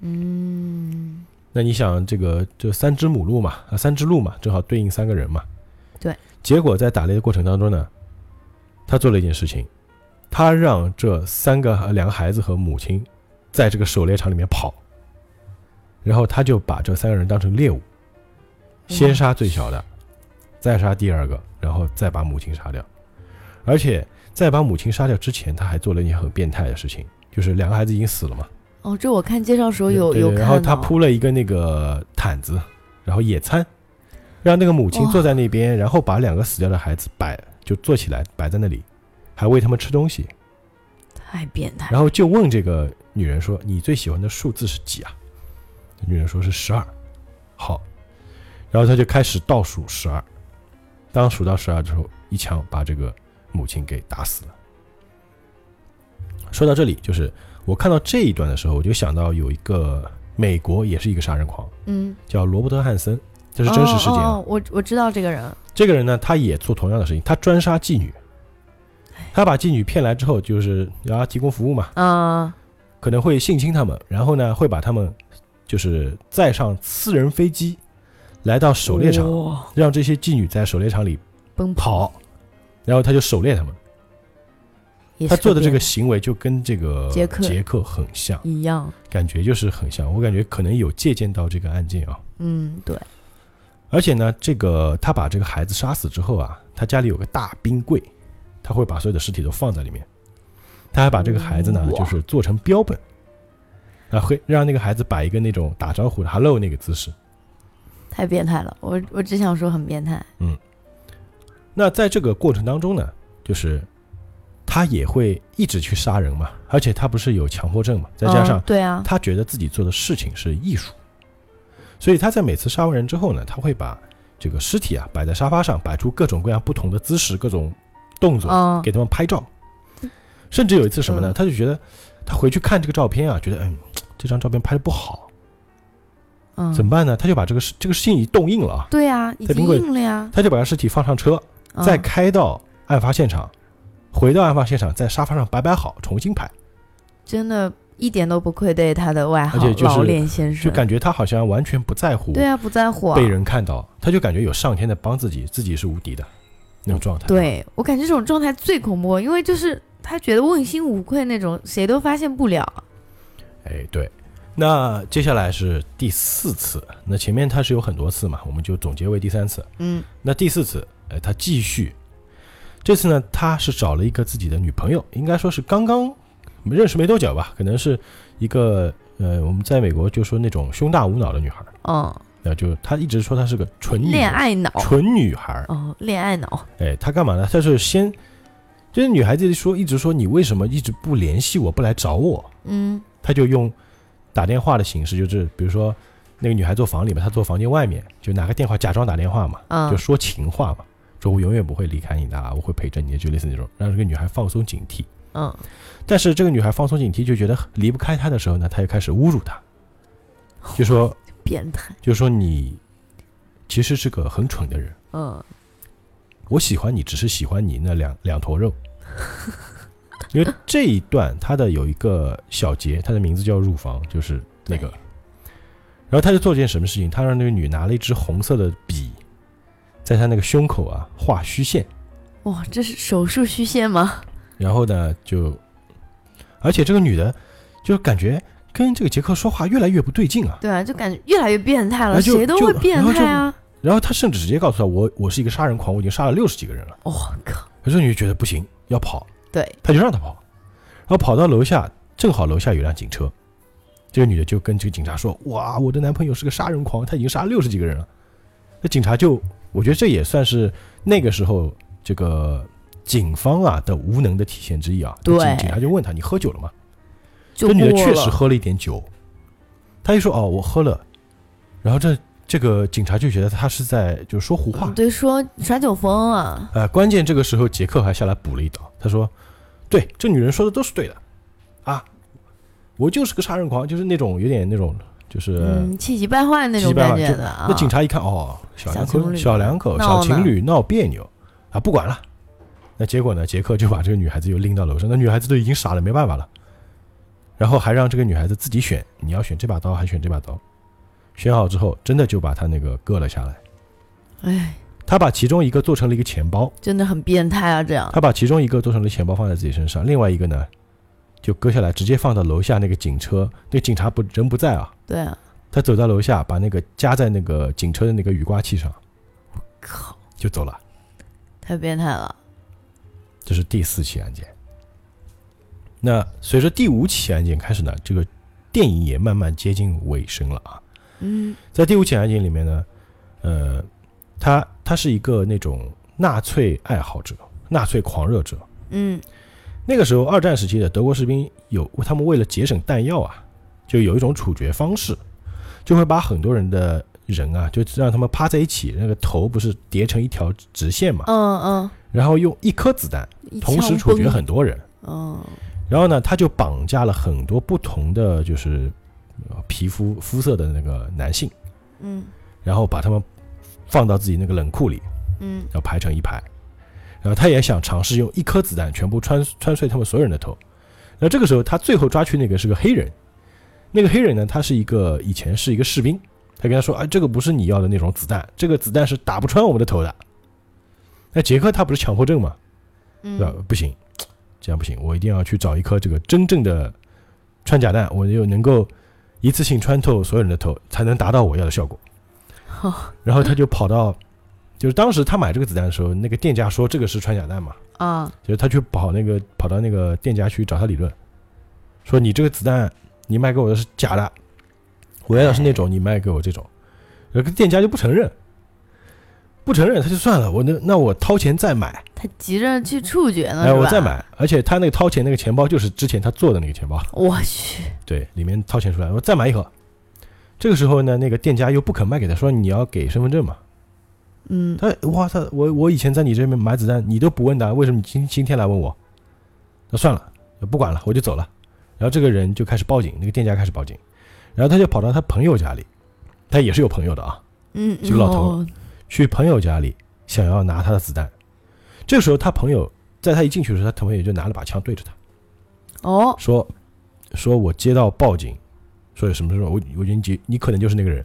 [SPEAKER 2] 嗯，
[SPEAKER 1] 那你想，这个这三只母鹿嘛，啊，三只鹿嘛，正好对应三个人嘛。
[SPEAKER 2] 对。
[SPEAKER 1] 结果在打猎的过程当中呢，他做了一件事情，他让这三个呃两个孩子和母亲在这个狩猎场里面跑，然后他就把这三个人当成猎物，先杀最小的，再杀第二个，然后再把母亲杀掉。而且在把母亲杀掉之前，他还做了一件很变态的事情，就是两个孩子已经死了嘛。
[SPEAKER 2] 哦，这我看介绍时候有
[SPEAKER 1] 对
[SPEAKER 2] 有
[SPEAKER 1] 对
[SPEAKER 2] 看
[SPEAKER 1] 然后他
[SPEAKER 2] 到
[SPEAKER 1] 铺了一个那个毯子，然后野餐，让那个母亲
[SPEAKER 2] 哇
[SPEAKER 1] 坐在那边，然后把两个死掉的孩子摆就坐起来摆在那里，还喂他们吃东西，
[SPEAKER 2] 太变态了，
[SPEAKER 1] 然后就问这个女人说：“你最喜欢的数字是几啊？”女人说是十二，好，然后他就开始倒数十二，当数到十二之后，一枪把这个母亲给打死了。说到这里，就是我看到这一段的时候，我就想到有一个美国也是一个杀人狂，
[SPEAKER 2] 嗯，
[SPEAKER 1] 叫罗伯特汉森，这是真实事件啊。
[SPEAKER 2] 哦哦哦我我知道这个人，
[SPEAKER 1] 这个人呢，他也做同样的事情，他专杀妓女，他把妓女骗来之后，就是然后提供服务嘛，
[SPEAKER 2] 啊，
[SPEAKER 1] 可能会性侵他们，然后呢会把他们就是载上私人飞机，来到狩猎场，
[SPEAKER 2] 哇
[SPEAKER 1] 让这些妓女在狩猎场里
[SPEAKER 2] 奔
[SPEAKER 1] 跑，然后他就狩猎他们。
[SPEAKER 2] 也
[SPEAKER 1] 他
[SPEAKER 2] 是
[SPEAKER 1] 做的这个
[SPEAKER 2] 变
[SPEAKER 1] 行为就跟这个
[SPEAKER 2] 杰克
[SPEAKER 1] 杰克很像，
[SPEAKER 2] 一样，
[SPEAKER 1] 感觉就是很像，我感觉可能有借鉴到这个案件啊。
[SPEAKER 2] 嗯，对，
[SPEAKER 1] 而且呢，这个他把这个孩子杀死之后啊，他家里有个大冰柜，他会把所有的尸体都放在里面。他还把这个孩子呢，
[SPEAKER 2] 哇
[SPEAKER 1] 就是做成标本，啊，会让那个孩子摆一个那种打招呼的 “hello” 那个姿势。
[SPEAKER 2] 太变态了，我我只想说很变态，
[SPEAKER 1] 那在这个过程当中呢，就是他也会一直去杀人嘛，而且他不是有强迫症嘛，再加上
[SPEAKER 2] 嗯对啊，
[SPEAKER 1] 他觉得自己做的事情是艺术，所以他在每次杀完人之后呢，他会把这个尸体啊摆在沙发上，摆出各种各样不同的姿势、各种动作，
[SPEAKER 2] 嗯，
[SPEAKER 1] 给他们拍照。甚至有一次什么呢？
[SPEAKER 2] 嗯
[SPEAKER 1] 他就觉得他回去看这个照片啊，觉得嗯，这张照片拍的不好，
[SPEAKER 2] 嗯
[SPEAKER 1] 怎么办呢？他就把这个尸这个事情已动硬了啊，
[SPEAKER 2] 对啊，已
[SPEAKER 1] 在冰
[SPEAKER 2] 经
[SPEAKER 1] 柜
[SPEAKER 2] 硬了呀，
[SPEAKER 1] 他就把尸体放上车，
[SPEAKER 2] 嗯
[SPEAKER 1] 再开到案发现场，回到案发现场，在沙发上摆摆好，重新拍，
[SPEAKER 2] 真的一点都不愧对他的外号
[SPEAKER 1] 而且就是
[SPEAKER 2] 老练先生，
[SPEAKER 1] 就感觉他好像完全不在乎
[SPEAKER 2] 对啊，不在乎啊，
[SPEAKER 1] 被人看到，他就感觉有上天在帮自己，自己是无敌的那种状态。，
[SPEAKER 2] 对我感觉这种状态最恐怖，因为就是他觉得问心无愧那种，谁都发现不了，
[SPEAKER 1] 哎，对。那接下来是第四次，那前面它是有很多次嘛，我们就总结为第三次。
[SPEAKER 2] 嗯
[SPEAKER 1] 那第四次，哎，他继续，这次呢，他是找了一个自己的女朋友，应该说是刚刚认识没多久吧，可能是一个呃，我们在美国就说那种胸大无脑的女孩，
[SPEAKER 2] 嗯，
[SPEAKER 1] 那就他一直说她是个纯女
[SPEAKER 2] 恋爱脑
[SPEAKER 1] 纯女孩，
[SPEAKER 2] 哦，恋爱脑，
[SPEAKER 1] 哎，她干嘛呢？她是先，就是女孩子说一直说你为什么一直不联系我，不来找我，
[SPEAKER 2] 嗯
[SPEAKER 1] 他就用打电话的形式，就是比如说那个女孩坐房里面，他坐房间外面，就拿个电话假装打电话嘛，
[SPEAKER 2] 嗯
[SPEAKER 1] 就说情话嘛，说我永远不会离开你的啊，我会陪着你，就类似那种，让这个女孩放松警惕。
[SPEAKER 2] 嗯，
[SPEAKER 1] 但是这个女孩放松警惕，就觉得离不开他的时候呢，他又开始侮辱她，就说
[SPEAKER 2] 变态，
[SPEAKER 1] 就说你其实是个很蠢的人，
[SPEAKER 2] 嗯
[SPEAKER 1] 我喜欢你只是喜欢你那两两坨肉。因为这一段它的有一个小节，它的名字叫入房，就是那个
[SPEAKER 2] 对。
[SPEAKER 1] 然后他就做了件什么事情？他让那个女拿了一支红色的笔，在他那个胸口啊画虚线，
[SPEAKER 2] 哇，这是手术虚线吗？
[SPEAKER 1] 然后呢就，而且这个女的就感觉跟这个杰克说话越来越不对劲啊。
[SPEAKER 2] 对啊，就感觉越来越变态
[SPEAKER 1] 那
[SPEAKER 2] 了，
[SPEAKER 1] 哎就
[SPEAKER 2] 谁都
[SPEAKER 1] 就
[SPEAKER 2] 会变
[SPEAKER 1] 然后就
[SPEAKER 2] 态啊！
[SPEAKER 1] 然后他甚至直接告诉他，我我是一个杀人狂，我已经杀了六十几个人了。
[SPEAKER 2] 我、靠，
[SPEAKER 1] 可是你就觉得不行，要跑，
[SPEAKER 2] 对，
[SPEAKER 1] 他就让他跑，然后跑到楼下，正好楼下有辆警车，这个女的就跟这个警察说：“哇，我的男朋友是个杀人狂，他已经杀了六十几个人了。”那警察就，我觉得这也算是那个时候这个警方啊的无能的体现之一啊。
[SPEAKER 2] 对
[SPEAKER 1] 警警察就问他：“你喝酒了吗？”
[SPEAKER 2] 就
[SPEAKER 1] 这女的
[SPEAKER 2] 过
[SPEAKER 1] 确
[SPEAKER 2] 了
[SPEAKER 1] 实喝了一点酒，他一说：“哦，我喝了。”然后这这个警察就觉得他是在就是说胡话
[SPEAKER 2] 嗯，对，说耍酒疯啊，
[SPEAKER 1] 呃，关键这个时候杰克还下来补了一刀，他说：“对，这女人说的都是对的，啊，我就是个杀人狂，就是那种有点那种，就是、
[SPEAKER 2] 嗯，气急败坏那
[SPEAKER 1] 气急
[SPEAKER 2] 种
[SPEAKER 1] 败
[SPEAKER 2] 感
[SPEAKER 1] 坏
[SPEAKER 2] 觉
[SPEAKER 1] 就
[SPEAKER 2] 的啊。
[SPEAKER 1] 那警察一看，哦，小两
[SPEAKER 2] 小情
[SPEAKER 1] 口、
[SPEAKER 2] 侣
[SPEAKER 1] 小两口、
[SPEAKER 2] 闹
[SPEAKER 1] 小
[SPEAKER 2] 呢
[SPEAKER 1] 情侣闹别扭啊，不管了。那结果呢？杰克就把这个女孩子又拎到楼上，那女孩子都已经傻了，没办法了。然后还让这个女孩子自己选，你要选这把刀还选这把刀。选好之后，真的就把她那个割了下来。
[SPEAKER 2] 哎，
[SPEAKER 1] 他把其中一个做成了一个钱包，
[SPEAKER 2] 真的很变态啊，这样。
[SPEAKER 1] 他把其中一个做成了钱包放在自己身上，另外一个呢，就割下来直接放到楼下那个警车，那警察不人不在啊，
[SPEAKER 2] 对啊，
[SPEAKER 1] 他走到楼下把那个夹在那个警车的那个雨刮器上
[SPEAKER 2] 靠，
[SPEAKER 1] 就走了。
[SPEAKER 2] 太变态了。
[SPEAKER 1] 这是第四起案件。那随着第五起案件开始呢，这个电影也慢慢接近尾声了啊。
[SPEAKER 2] 嗯
[SPEAKER 1] 在第五起案件里面呢，呃，他他是一个那种纳粹爱好者、纳粹狂热者，
[SPEAKER 2] 嗯，
[SPEAKER 1] 那个时候，二战时期的德国士兵有他们为了节省弹药啊，就有一种处决方式，就会把很多人的人啊，就让他们趴在一起，那个头不是叠成一条直线嘛，
[SPEAKER 2] 嗯嗯，
[SPEAKER 1] 然后用一颗子弹
[SPEAKER 2] 一
[SPEAKER 1] 同时
[SPEAKER 2] 枪
[SPEAKER 1] 处决
[SPEAKER 2] 崩
[SPEAKER 1] 很多人，
[SPEAKER 2] 嗯
[SPEAKER 1] 然后呢，他就绑架了很多不同的就是呃皮肤肤色的那个男性，
[SPEAKER 2] 嗯
[SPEAKER 1] 然后把他们放到自己那个冷库里，
[SPEAKER 2] 嗯
[SPEAKER 1] 要排成一排。然后他也想尝试用一颗子弹全部穿穿碎他们所有人的头。那这个时候，他最后抓去那个是个黑人，那个黑人呢，他是一个以前是一个士兵，他跟他说啊，这个不是你要的那种子弹，这个子弹是打不穿我们的头的。那杰克他不是强迫症嘛，对吧
[SPEAKER 2] 嗯，？
[SPEAKER 1] 呃不行，这样不行，我一定要去找一颗这个真正的穿甲弹，我就能够一次性穿透所有人的头，才能达到我要的效果。
[SPEAKER 2] 好
[SPEAKER 1] 然后他就跑到，就是当时他买这个子弹的时候，那个店家说这个是穿甲弹嘛，
[SPEAKER 2] 啊，
[SPEAKER 1] 就是他去跑那个跑到那个店家去找他理论，说你这个子弹你卖给我的是假的，我要的是那种你卖给我这种，那个店家就不承认，不承认他就算了，我那那我掏钱再买，
[SPEAKER 2] 他急着去处决呢，
[SPEAKER 1] 哎
[SPEAKER 2] 嗯是吧
[SPEAKER 1] 我再。买，而且他那个掏钱那个钱包就是之前他做的那个钱包，
[SPEAKER 2] 我去，
[SPEAKER 1] 对，里面掏钱出来，我再买一盒。这个时候呢，那个店家又不肯卖给他，说你要给身份证嘛，
[SPEAKER 2] 嗯，
[SPEAKER 1] 他哇，他我我以前在你这边买子弹，你都不问的，为什么你今今天来问我？那算了，不管了，我就走了。然后这个人就开始报警，那个店家开始报警，然后他就跑到他朋友家里，他也是有朋友的啊，
[SPEAKER 2] 嗯，
[SPEAKER 1] 这个老头
[SPEAKER 2] 哦
[SPEAKER 1] 去朋友家里想要拿他的子弹。这个时候他朋友在他一进去的时候，他朋友就拿了把枪对着他，
[SPEAKER 2] 哦，
[SPEAKER 1] 说说我接到报警，说有什么什么，我我觉得你你可能就是那个人。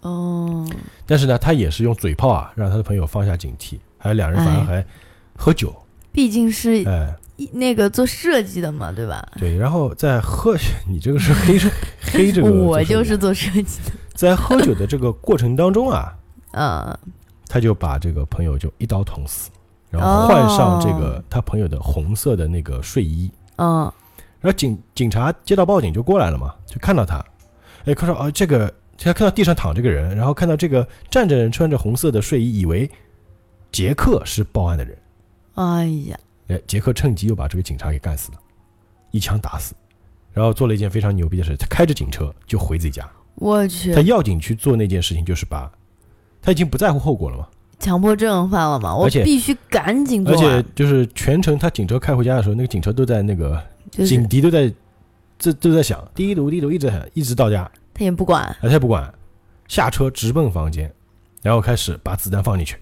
[SPEAKER 2] 哦，
[SPEAKER 1] 但是呢，他也是用嘴炮啊，让他的朋友放下警惕，还有两人反而
[SPEAKER 2] 哎
[SPEAKER 1] 还喝酒，
[SPEAKER 2] 毕竟是
[SPEAKER 1] 哎，
[SPEAKER 2] 一那个做设计的嘛，对吧？
[SPEAKER 1] 对，然后在喝， 你这个是黑是黑这个做
[SPEAKER 2] 我
[SPEAKER 1] 生意啊，
[SPEAKER 2] 就是做设计的，
[SPEAKER 1] 在喝酒的这个过程当中啊，
[SPEAKER 2] 嗯，
[SPEAKER 1] 他就把这个朋友就一刀捅死，然后换上
[SPEAKER 2] 哦
[SPEAKER 1] 这个他朋友的红色的那个睡衣，
[SPEAKER 2] 嗯，
[SPEAKER 1] 然后警警察接到报警就过来了嘛，就看到他，哎，看到啊这个，他看到地上躺这个人，然后看到这个站着人穿着红色的睡衣，以为杰克是报案的人，
[SPEAKER 2] 哎呀，
[SPEAKER 1] 哎，杰克趁机又把这个警察给干死了，一枪打死，然后做了一件非常牛逼的事，他开着警车就回自己家，
[SPEAKER 2] 我
[SPEAKER 1] 他
[SPEAKER 2] 去，
[SPEAKER 1] 要紧去做那件事情就是把，他已经不在乎后果了嘛。
[SPEAKER 2] 强迫症犯了嘛，我
[SPEAKER 1] 而且
[SPEAKER 2] 必须赶紧做
[SPEAKER 1] 而且
[SPEAKER 2] 完，
[SPEAKER 1] 就是全程他警车开回家的时候，那个警车都在那个
[SPEAKER 2] 就是
[SPEAKER 1] 警笛都在，这都在响，滴嘟滴嘟一直在响，一直到家，
[SPEAKER 2] 他也不管，
[SPEAKER 1] 哎，他也不管，下车直奔房间，然后开始把子弹放进去，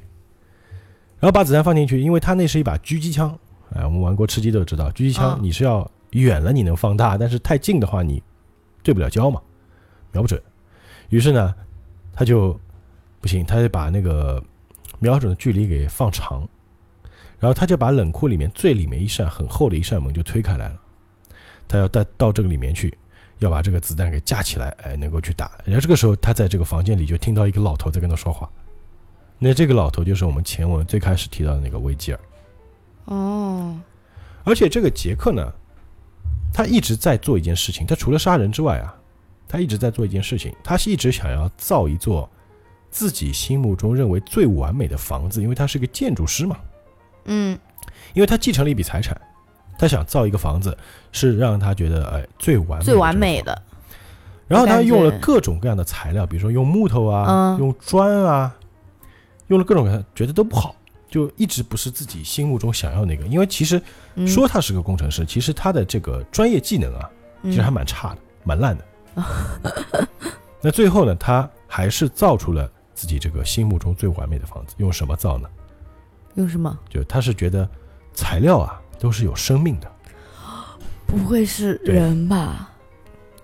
[SPEAKER 1] 然后把子弹放进去，因为他那是一把狙击枪，哎，我们玩过吃鸡都知道，狙击枪
[SPEAKER 2] 嗯
[SPEAKER 1] 你是要远了你能放大，但是太近的话你对不了焦嘛，瞄不准。于是呢，他就不行，他就把那个瞄准的距离给放长，然后他就把冷库里面最里面一扇很厚的一扇门就推开来了，他要带到这个里面去，要把这个子弹给架起来，哎，能够去打。然后这个时候，他在这个房间里就听到一个老头在跟他说话，那这个老头就是我们前文最开始提到的那个维吉尔，
[SPEAKER 2] 哦，
[SPEAKER 1] 而且这个杰克呢，他一直在做一件事情，他除了杀人之外啊，他一直在做一件事情，他是一直想要造一座自己心目中认为最完美的房子，因为他是个建筑师嘛，
[SPEAKER 2] 嗯，
[SPEAKER 1] 因为他继承了一笔财产，他想造一个房子是让他觉得哎最完美的
[SPEAKER 2] 最完
[SPEAKER 1] 这个
[SPEAKER 2] 美的，
[SPEAKER 1] 然后他用
[SPEAKER 2] 我
[SPEAKER 1] 了
[SPEAKER 2] 感觉
[SPEAKER 1] 各种各样的材料，比如说用木头啊，
[SPEAKER 2] 嗯
[SPEAKER 1] 用砖啊，用了各种各样，觉得都不好，就一直不是自己心目中想要那个。因为其实
[SPEAKER 2] 嗯
[SPEAKER 1] 说他是个工程师，其实他的这个专业技能啊，其实还
[SPEAKER 2] 嗯
[SPEAKER 1] 蛮差的，蛮烂的。 那最后呢，他还是造出了自己这个心目中最完美的房子。用什么造呢？
[SPEAKER 2] 用什么？
[SPEAKER 1] 就他是觉得材料啊都是有生命的。
[SPEAKER 2] 不会是
[SPEAKER 1] 对
[SPEAKER 2] 人吧？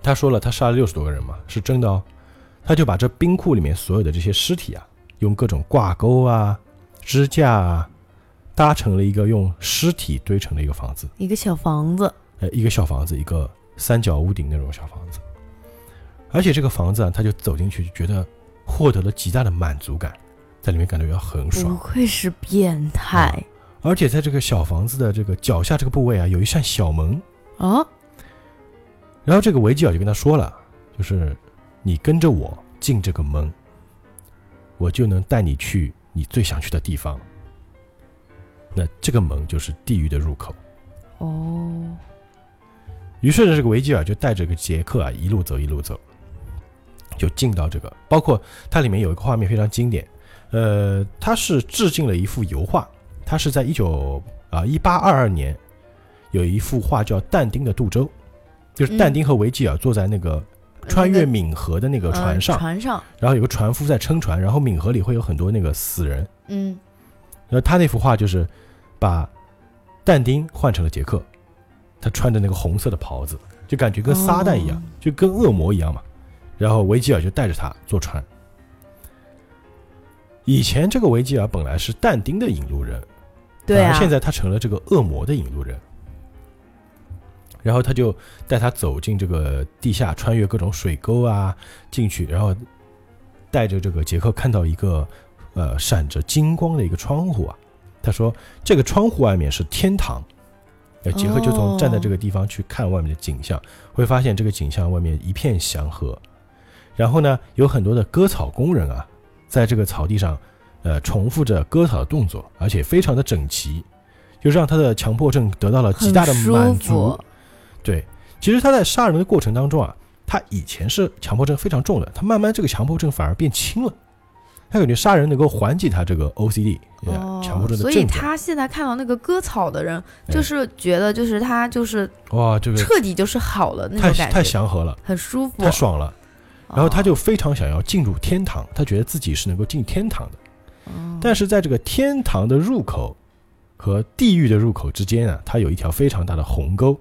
[SPEAKER 1] 他说了，他杀了六十多个人嘛，是真的哦。他就把这冰库里面所有的这些尸体啊，用各种挂钩啊、支架啊，搭成了一个用尸体堆成的一个房子，
[SPEAKER 2] 一个小房子，
[SPEAKER 1] 呃，一个小房子，一个三角屋顶那种小房子。而且这个房子啊，他就走进去，觉得获得了极大的满足感，在里面感觉到很
[SPEAKER 2] 不
[SPEAKER 1] 爽。
[SPEAKER 2] 愧是变态
[SPEAKER 1] 而且在这个小房子的这个脚下这个部位啊，有一扇小门，
[SPEAKER 2] 啊！
[SPEAKER 1] 然后这个维吉尔就跟他说了，就是你跟着我进这个门，我就能带你去你最想去的地方。那这个门就是地狱的入口。
[SPEAKER 2] 哦，
[SPEAKER 1] 于是呢，这个维吉尔就带着个杰克啊，一路走一路走，就进到这个，包括它里面有一个画面非常经典，呃，它是致敬了一幅油画，它是在一九啊一八二二年有一幅画叫《但丁的渡舟》，就是但丁和维吉尔坐在那个穿越
[SPEAKER 2] 嗯那
[SPEAKER 1] 冥河的那个
[SPEAKER 2] 个
[SPEAKER 1] 船上
[SPEAKER 2] 呃，船上，
[SPEAKER 1] 然后有个船夫在撑船，然后冥河里会有很多那个死人，
[SPEAKER 2] 嗯，
[SPEAKER 1] 然后他那幅画就是把但丁换成了杰克，他穿着那个红色的袍子，就感觉跟撒旦一样，
[SPEAKER 2] 哦
[SPEAKER 1] 就跟恶魔一样嘛。然后维吉尔就带着他坐船。以前这个维吉尔本来是但丁的引路人，
[SPEAKER 2] 对
[SPEAKER 1] 反
[SPEAKER 2] 啊，
[SPEAKER 1] 而现在他成了这个恶魔的引路人。然后他就带他走进这个地下，穿越各种水沟啊进去，然后带着这个杰克看到一个呃闪着金光的一个窗户啊，他说这个窗户外面是天堂。呃，杰克就从
[SPEAKER 2] 哦
[SPEAKER 1] 站在这个地方去看外面的景象，会发现这个景象外面一片祥和。然后呢，有很多的割草工人啊，在这个草地上，呃，重复着割草的动作，而且非常的整齐，就让他的强迫症得到了极大的
[SPEAKER 2] 很舒
[SPEAKER 1] 满足
[SPEAKER 2] 服。，
[SPEAKER 1] 对，其实他在杀人的过程当中啊，他以前是强迫症非常重的，他慢慢这个强迫症反而变轻了。他感觉杀人能够缓解他这个 OCD，、呃
[SPEAKER 2] 哦
[SPEAKER 1] 强迫症的
[SPEAKER 2] 所以
[SPEAKER 1] 症状。
[SPEAKER 2] 他现在看到那个割草的人，
[SPEAKER 1] 哎
[SPEAKER 2] 就是觉得就是他就是
[SPEAKER 1] 哇，这个
[SPEAKER 2] 彻底就是好了那
[SPEAKER 1] 太
[SPEAKER 2] 种感觉，
[SPEAKER 1] 太祥和了，
[SPEAKER 2] 很舒服
[SPEAKER 1] 太，爽了。然后他就
[SPEAKER 2] 哦，
[SPEAKER 1] 非常想要进入天堂，他觉得自己是能够进天堂的。
[SPEAKER 2] 哦
[SPEAKER 1] 但是在这个天堂的入口和地狱的入口之间啊，它有一条非常大的鸿沟。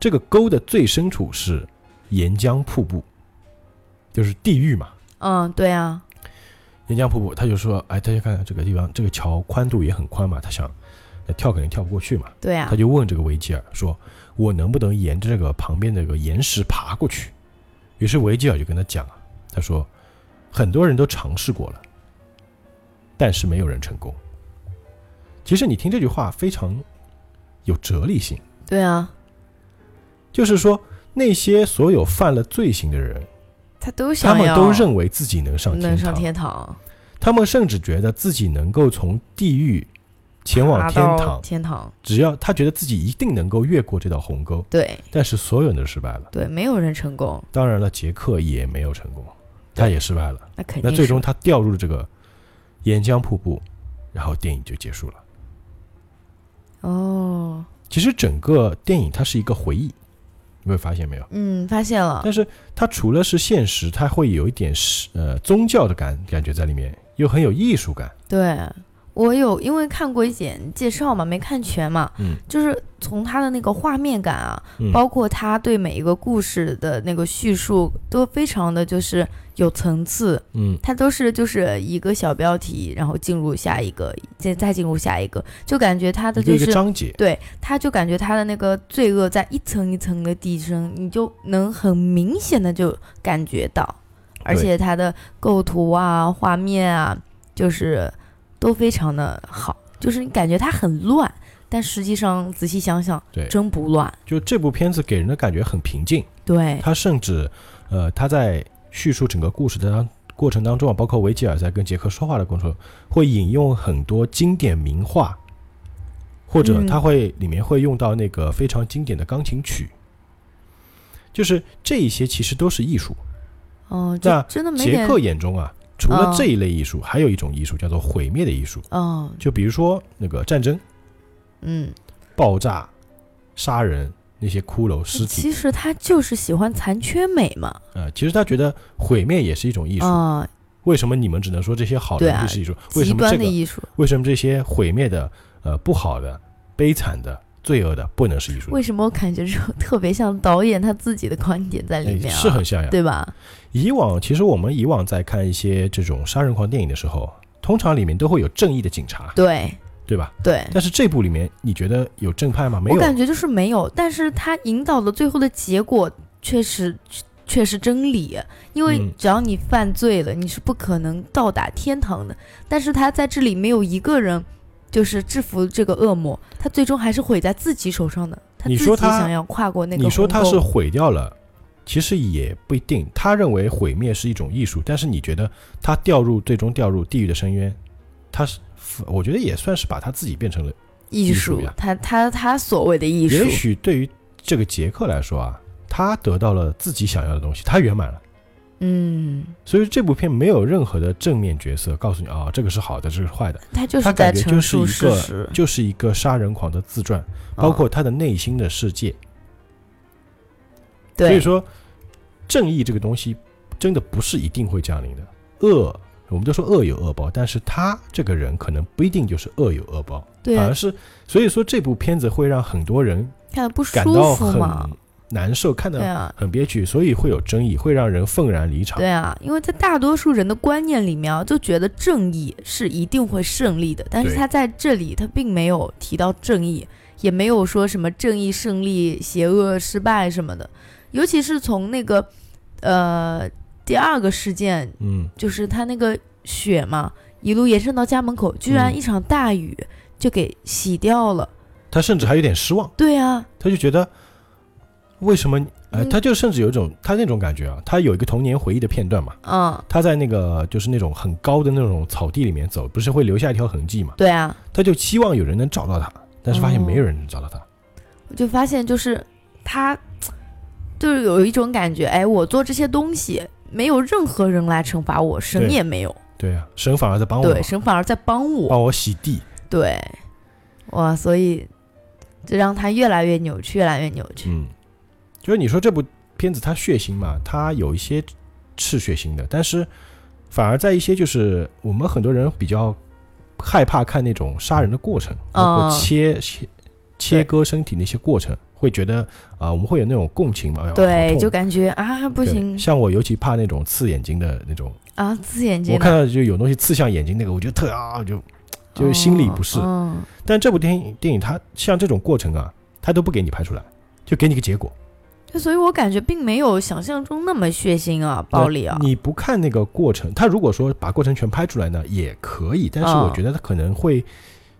[SPEAKER 1] 这个沟的最深处是岩浆瀑布，就是地狱嘛。
[SPEAKER 2] 嗯，对啊，
[SPEAKER 1] 岩浆瀑布，他就说，哎，他就看这个地方，这个桥宽度也很宽嘛，他想，那跳肯定跳不过去嘛，
[SPEAKER 2] 对啊
[SPEAKER 1] 他，就问这个维吉尔说：“我能不能沿着这个旁边的这个岩石爬过去？”于是维吉尔就跟他讲啊，他说：“很多人都尝试过了，但是没有人成功。”其实你听这句话非常有哲理性，
[SPEAKER 2] 对啊，
[SPEAKER 1] 就是说那些所有犯了罪行的人，
[SPEAKER 2] 他都
[SPEAKER 1] 他
[SPEAKER 2] 想
[SPEAKER 1] 们
[SPEAKER 2] 要
[SPEAKER 1] 都认为自己能上天
[SPEAKER 2] 能上
[SPEAKER 1] 堂，
[SPEAKER 2] 天堂，
[SPEAKER 1] 他们甚至觉得自己能够从地狱前往
[SPEAKER 2] 爬
[SPEAKER 1] 天
[SPEAKER 2] 到
[SPEAKER 1] 堂，
[SPEAKER 2] 天堂，
[SPEAKER 1] 只要他觉得自己一定能够越过这道鸿沟，
[SPEAKER 2] 对
[SPEAKER 1] 但是所有人都失败了。
[SPEAKER 2] 对，没有人成功，
[SPEAKER 1] 当然了，杰克也没有成功，他也失败了。
[SPEAKER 2] 那肯定
[SPEAKER 1] 那最
[SPEAKER 2] 是
[SPEAKER 1] 终他掉入了这个岩浆瀑布，然后电影就结束了。
[SPEAKER 2] 哦，
[SPEAKER 1] 其实整个电影它是一个回忆，你会发现没有？
[SPEAKER 2] 嗯，发现了，
[SPEAKER 1] 但是它除了是现实，它会有一点是呃宗教的感感觉在里面，又很有艺术感。
[SPEAKER 2] 对我有因为看过一点介绍嘛，没看全嘛，
[SPEAKER 1] 嗯，
[SPEAKER 2] 就是从他的那个画面感啊，
[SPEAKER 1] 嗯
[SPEAKER 2] 包括他对每一个故事的那个叙述，都非常的就是有层次，
[SPEAKER 1] 嗯，
[SPEAKER 2] 它都是就是一个小标题，然后进入下一个，再再进入下一个，就感觉他的
[SPEAKER 1] 一个
[SPEAKER 2] 就
[SPEAKER 1] 一个
[SPEAKER 2] 是。
[SPEAKER 1] 章节。
[SPEAKER 2] 对，他就感觉他的那个罪恶在一层一层的递升，你就能很明显的就感觉到，而
[SPEAKER 1] 对
[SPEAKER 2] 且他的构图啊、画面啊，就是都非常的好，就是你感觉它很乱，但实际上仔细想想，
[SPEAKER 1] 对
[SPEAKER 2] 真不乱。
[SPEAKER 1] 就这部片子给人的感觉很平静，
[SPEAKER 2] 对，
[SPEAKER 1] 他甚至呃他在叙述整个故事的当过程当中啊，包括维吉尔在跟杰克说话的过程中，会引用很多经典名画，或者
[SPEAKER 2] 嗯
[SPEAKER 1] 他会里面会用到那个非常经典的钢琴曲，就是这一些其实都是艺术。
[SPEAKER 2] 哦，
[SPEAKER 1] 那
[SPEAKER 2] 这真的没
[SPEAKER 1] 杰
[SPEAKER 2] 点
[SPEAKER 1] 克，眼中啊，除了
[SPEAKER 2] 哦
[SPEAKER 1] 这一类艺术，还有一种艺术叫做毁灭的艺术，
[SPEAKER 2] 哦，
[SPEAKER 1] 就比如说那个战争、
[SPEAKER 2] 嗯，
[SPEAKER 1] 爆炸、杀人那些骷
[SPEAKER 2] 嗯
[SPEAKER 1] 髅尸体，
[SPEAKER 2] 其实他就是喜欢残缺美嘛，
[SPEAKER 1] 呃，其实他觉得毁灭也是一种艺术。
[SPEAKER 2] 啊、
[SPEAKER 1] 为什么你们只能说这些好
[SPEAKER 2] 对
[SPEAKER 1] 的
[SPEAKER 2] 啊
[SPEAKER 1] 不是艺术？为
[SPEAKER 2] 极
[SPEAKER 1] 什么这
[SPEAKER 2] 端的
[SPEAKER 1] 个？
[SPEAKER 2] 艺术。
[SPEAKER 1] 为什么这些毁灭的、呃不好的、悲惨的、罪恶的不能是艺术
[SPEAKER 2] 为？什么我感觉这特别像导演他自己的观点在里
[SPEAKER 1] 哎
[SPEAKER 2] 面啊？
[SPEAKER 1] 是很像呀。
[SPEAKER 2] 对吧？
[SPEAKER 1] 以往其实我们以往在看一些这种杀人狂电影的时候，通常里面都会有正义的警察，
[SPEAKER 2] 对
[SPEAKER 1] 对吧？
[SPEAKER 2] 对，
[SPEAKER 1] 但是这部里面，你觉得有正派吗？没
[SPEAKER 2] 我
[SPEAKER 1] 有。
[SPEAKER 2] 感觉就是没有，但是他引导的最后的结果确实确实真理，因为
[SPEAKER 1] 嗯
[SPEAKER 2] 只要你犯罪了，你是不可能到达天堂的。但是他在这里没有一个人就是制服这个恶魔，他最终还是毁在自己手上的。他
[SPEAKER 1] 你
[SPEAKER 2] 自
[SPEAKER 1] 说
[SPEAKER 2] 己
[SPEAKER 1] 他
[SPEAKER 2] 想要跨过那个
[SPEAKER 1] 你说
[SPEAKER 2] 鸿
[SPEAKER 1] 他
[SPEAKER 2] 沟
[SPEAKER 1] 是毁掉了，其实也不一定。他认为毁灭是一种艺术，但是你觉得他掉入最终掉入地狱的深渊，他是我觉得也算是把他自己变成了。
[SPEAKER 2] 艺
[SPEAKER 1] 艺术
[SPEAKER 2] 术
[SPEAKER 1] 呀，
[SPEAKER 2] 他他他所谓的艺术
[SPEAKER 1] 也，许对于这个杰克来说啊，他得到了自己想要的东西，他圆满了。
[SPEAKER 2] 嗯，
[SPEAKER 1] 所以这部片没有任何的正面角色告诉你啊、这个是好的，这个是坏的，
[SPEAKER 2] 他就是
[SPEAKER 1] 他
[SPEAKER 2] 在
[SPEAKER 1] 感觉
[SPEAKER 2] 陈
[SPEAKER 1] 就是
[SPEAKER 2] 述
[SPEAKER 1] 一
[SPEAKER 2] 事
[SPEAKER 1] 个
[SPEAKER 2] 实，
[SPEAKER 1] 就是一个杀人狂的自传，包
[SPEAKER 2] 嗯
[SPEAKER 1] 括他的内心的世界。所以
[SPEAKER 2] 对
[SPEAKER 1] 说，正义这个东西真的不是一定会降临的。恶，我们都说恶有恶报，但是他这个人可能不一定就是恶有恶报，
[SPEAKER 2] 对
[SPEAKER 1] 反
[SPEAKER 2] 啊
[SPEAKER 1] 而，是所以说这部片子会让很多人
[SPEAKER 2] 看的不舒
[SPEAKER 1] 感到
[SPEAKER 2] 服嘛
[SPEAKER 1] 很，嗯难受，看到
[SPEAKER 2] 对啊，
[SPEAKER 1] 很憋屈，所以会有争议，会让人愤然离场
[SPEAKER 2] 对。啊，因为在大多数人的观念里面啊，就觉得正义是一定会胜利的，但是
[SPEAKER 1] 对
[SPEAKER 2] 他在这里他并没有提到正义，也没有说什么正义胜利、邪恶失败什么的，尤其是从那个呃第二个事件，
[SPEAKER 1] 嗯，
[SPEAKER 2] 就是他那个雪嘛，一路延伸到家门口，居然
[SPEAKER 1] 嗯
[SPEAKER 2] 一场大雨就给洗掉了。
[SPEAKER 1] 他甚至还有点失望，
[SPEAKER 2] 对啊，
[SPEAKER 1] 他就觉得为什么？呃，
[SPEAKER 2] 嗯
[SPEAKER 1] 他就甚至有一种他那种感觉啊，他有一个童年回忆的片段嘛，
[SPEAKER 2] 嗯，
[SPEAKER 1] 他在那个就是那种很高的那种草地里面走，不是会留下一条痕迹嘛？
[SPEAKER 2] 对啊，
[SPEAKER 1] 他就期望有人能找到他，但是发现
[SPEAKER 2] 哦
[SPEAKER 1] 没有人能找到他。
[SPEAKER 2] 我就发现就是他，就是有一种感觉，哎，我做这些东西没有任何人来惩罚我，神
[SPEAKER 1] 对
[SPEAKER 2] 也没有，
[SPEAKER 1] 对啊，神反而在帮我
[SPEAKER 2] 对，，神反而在帮我，
[SPEAKER 1] 帮我洗地。
[SPEAKER 2] 对，哇，所以这让他越来越扭曲，越来越扭曲，
[SPEAKER 1] 嗯，就是你说这部片子它血腥嘛，它有一些是血腥的，但是反而在一些就是我们很多人比较害怕看那种杀人的过程，
[SPEAKER 2] 哦
[SPEAKER 1] 包括切切切割身体那些过程，会觉得啊、我们会有那种共情嘛，哎呀好
[SPEAKER 2] 对，
[SPEAKER 1] 痛
[SPEAKER 2] 就感觉啊不
[SPEAKER 1] 对
[SPEAKER 2] 行
[SPEAKER 1] 像我尤其怕那种刺眼睛的那种，
[SPEAKER 2] 啊，刺眼
[SPEAKER 1] 我
[SPEAKER 2] 睛哦
[SPEAKER 1] 看到就有东西刺向眼睛那个，我觉得特啊，我就就是心理不适。
[SPEAKER 2] 嗯，
[SPEAKER 1] 但这部电影电影它像这种过程啊，它都不给你拍出来，就给你个结果。
[SPEAKER 2] 嗯所以我感觉并没有想象中那么血腥啊、暴力啊。
[SPEAKER 1] 你不看那个过程，他如果说把过程全拍出来呢，也可以，但是我
[SPEAKER 2] 嗯
[SPEAKER 1] 觉得他可能会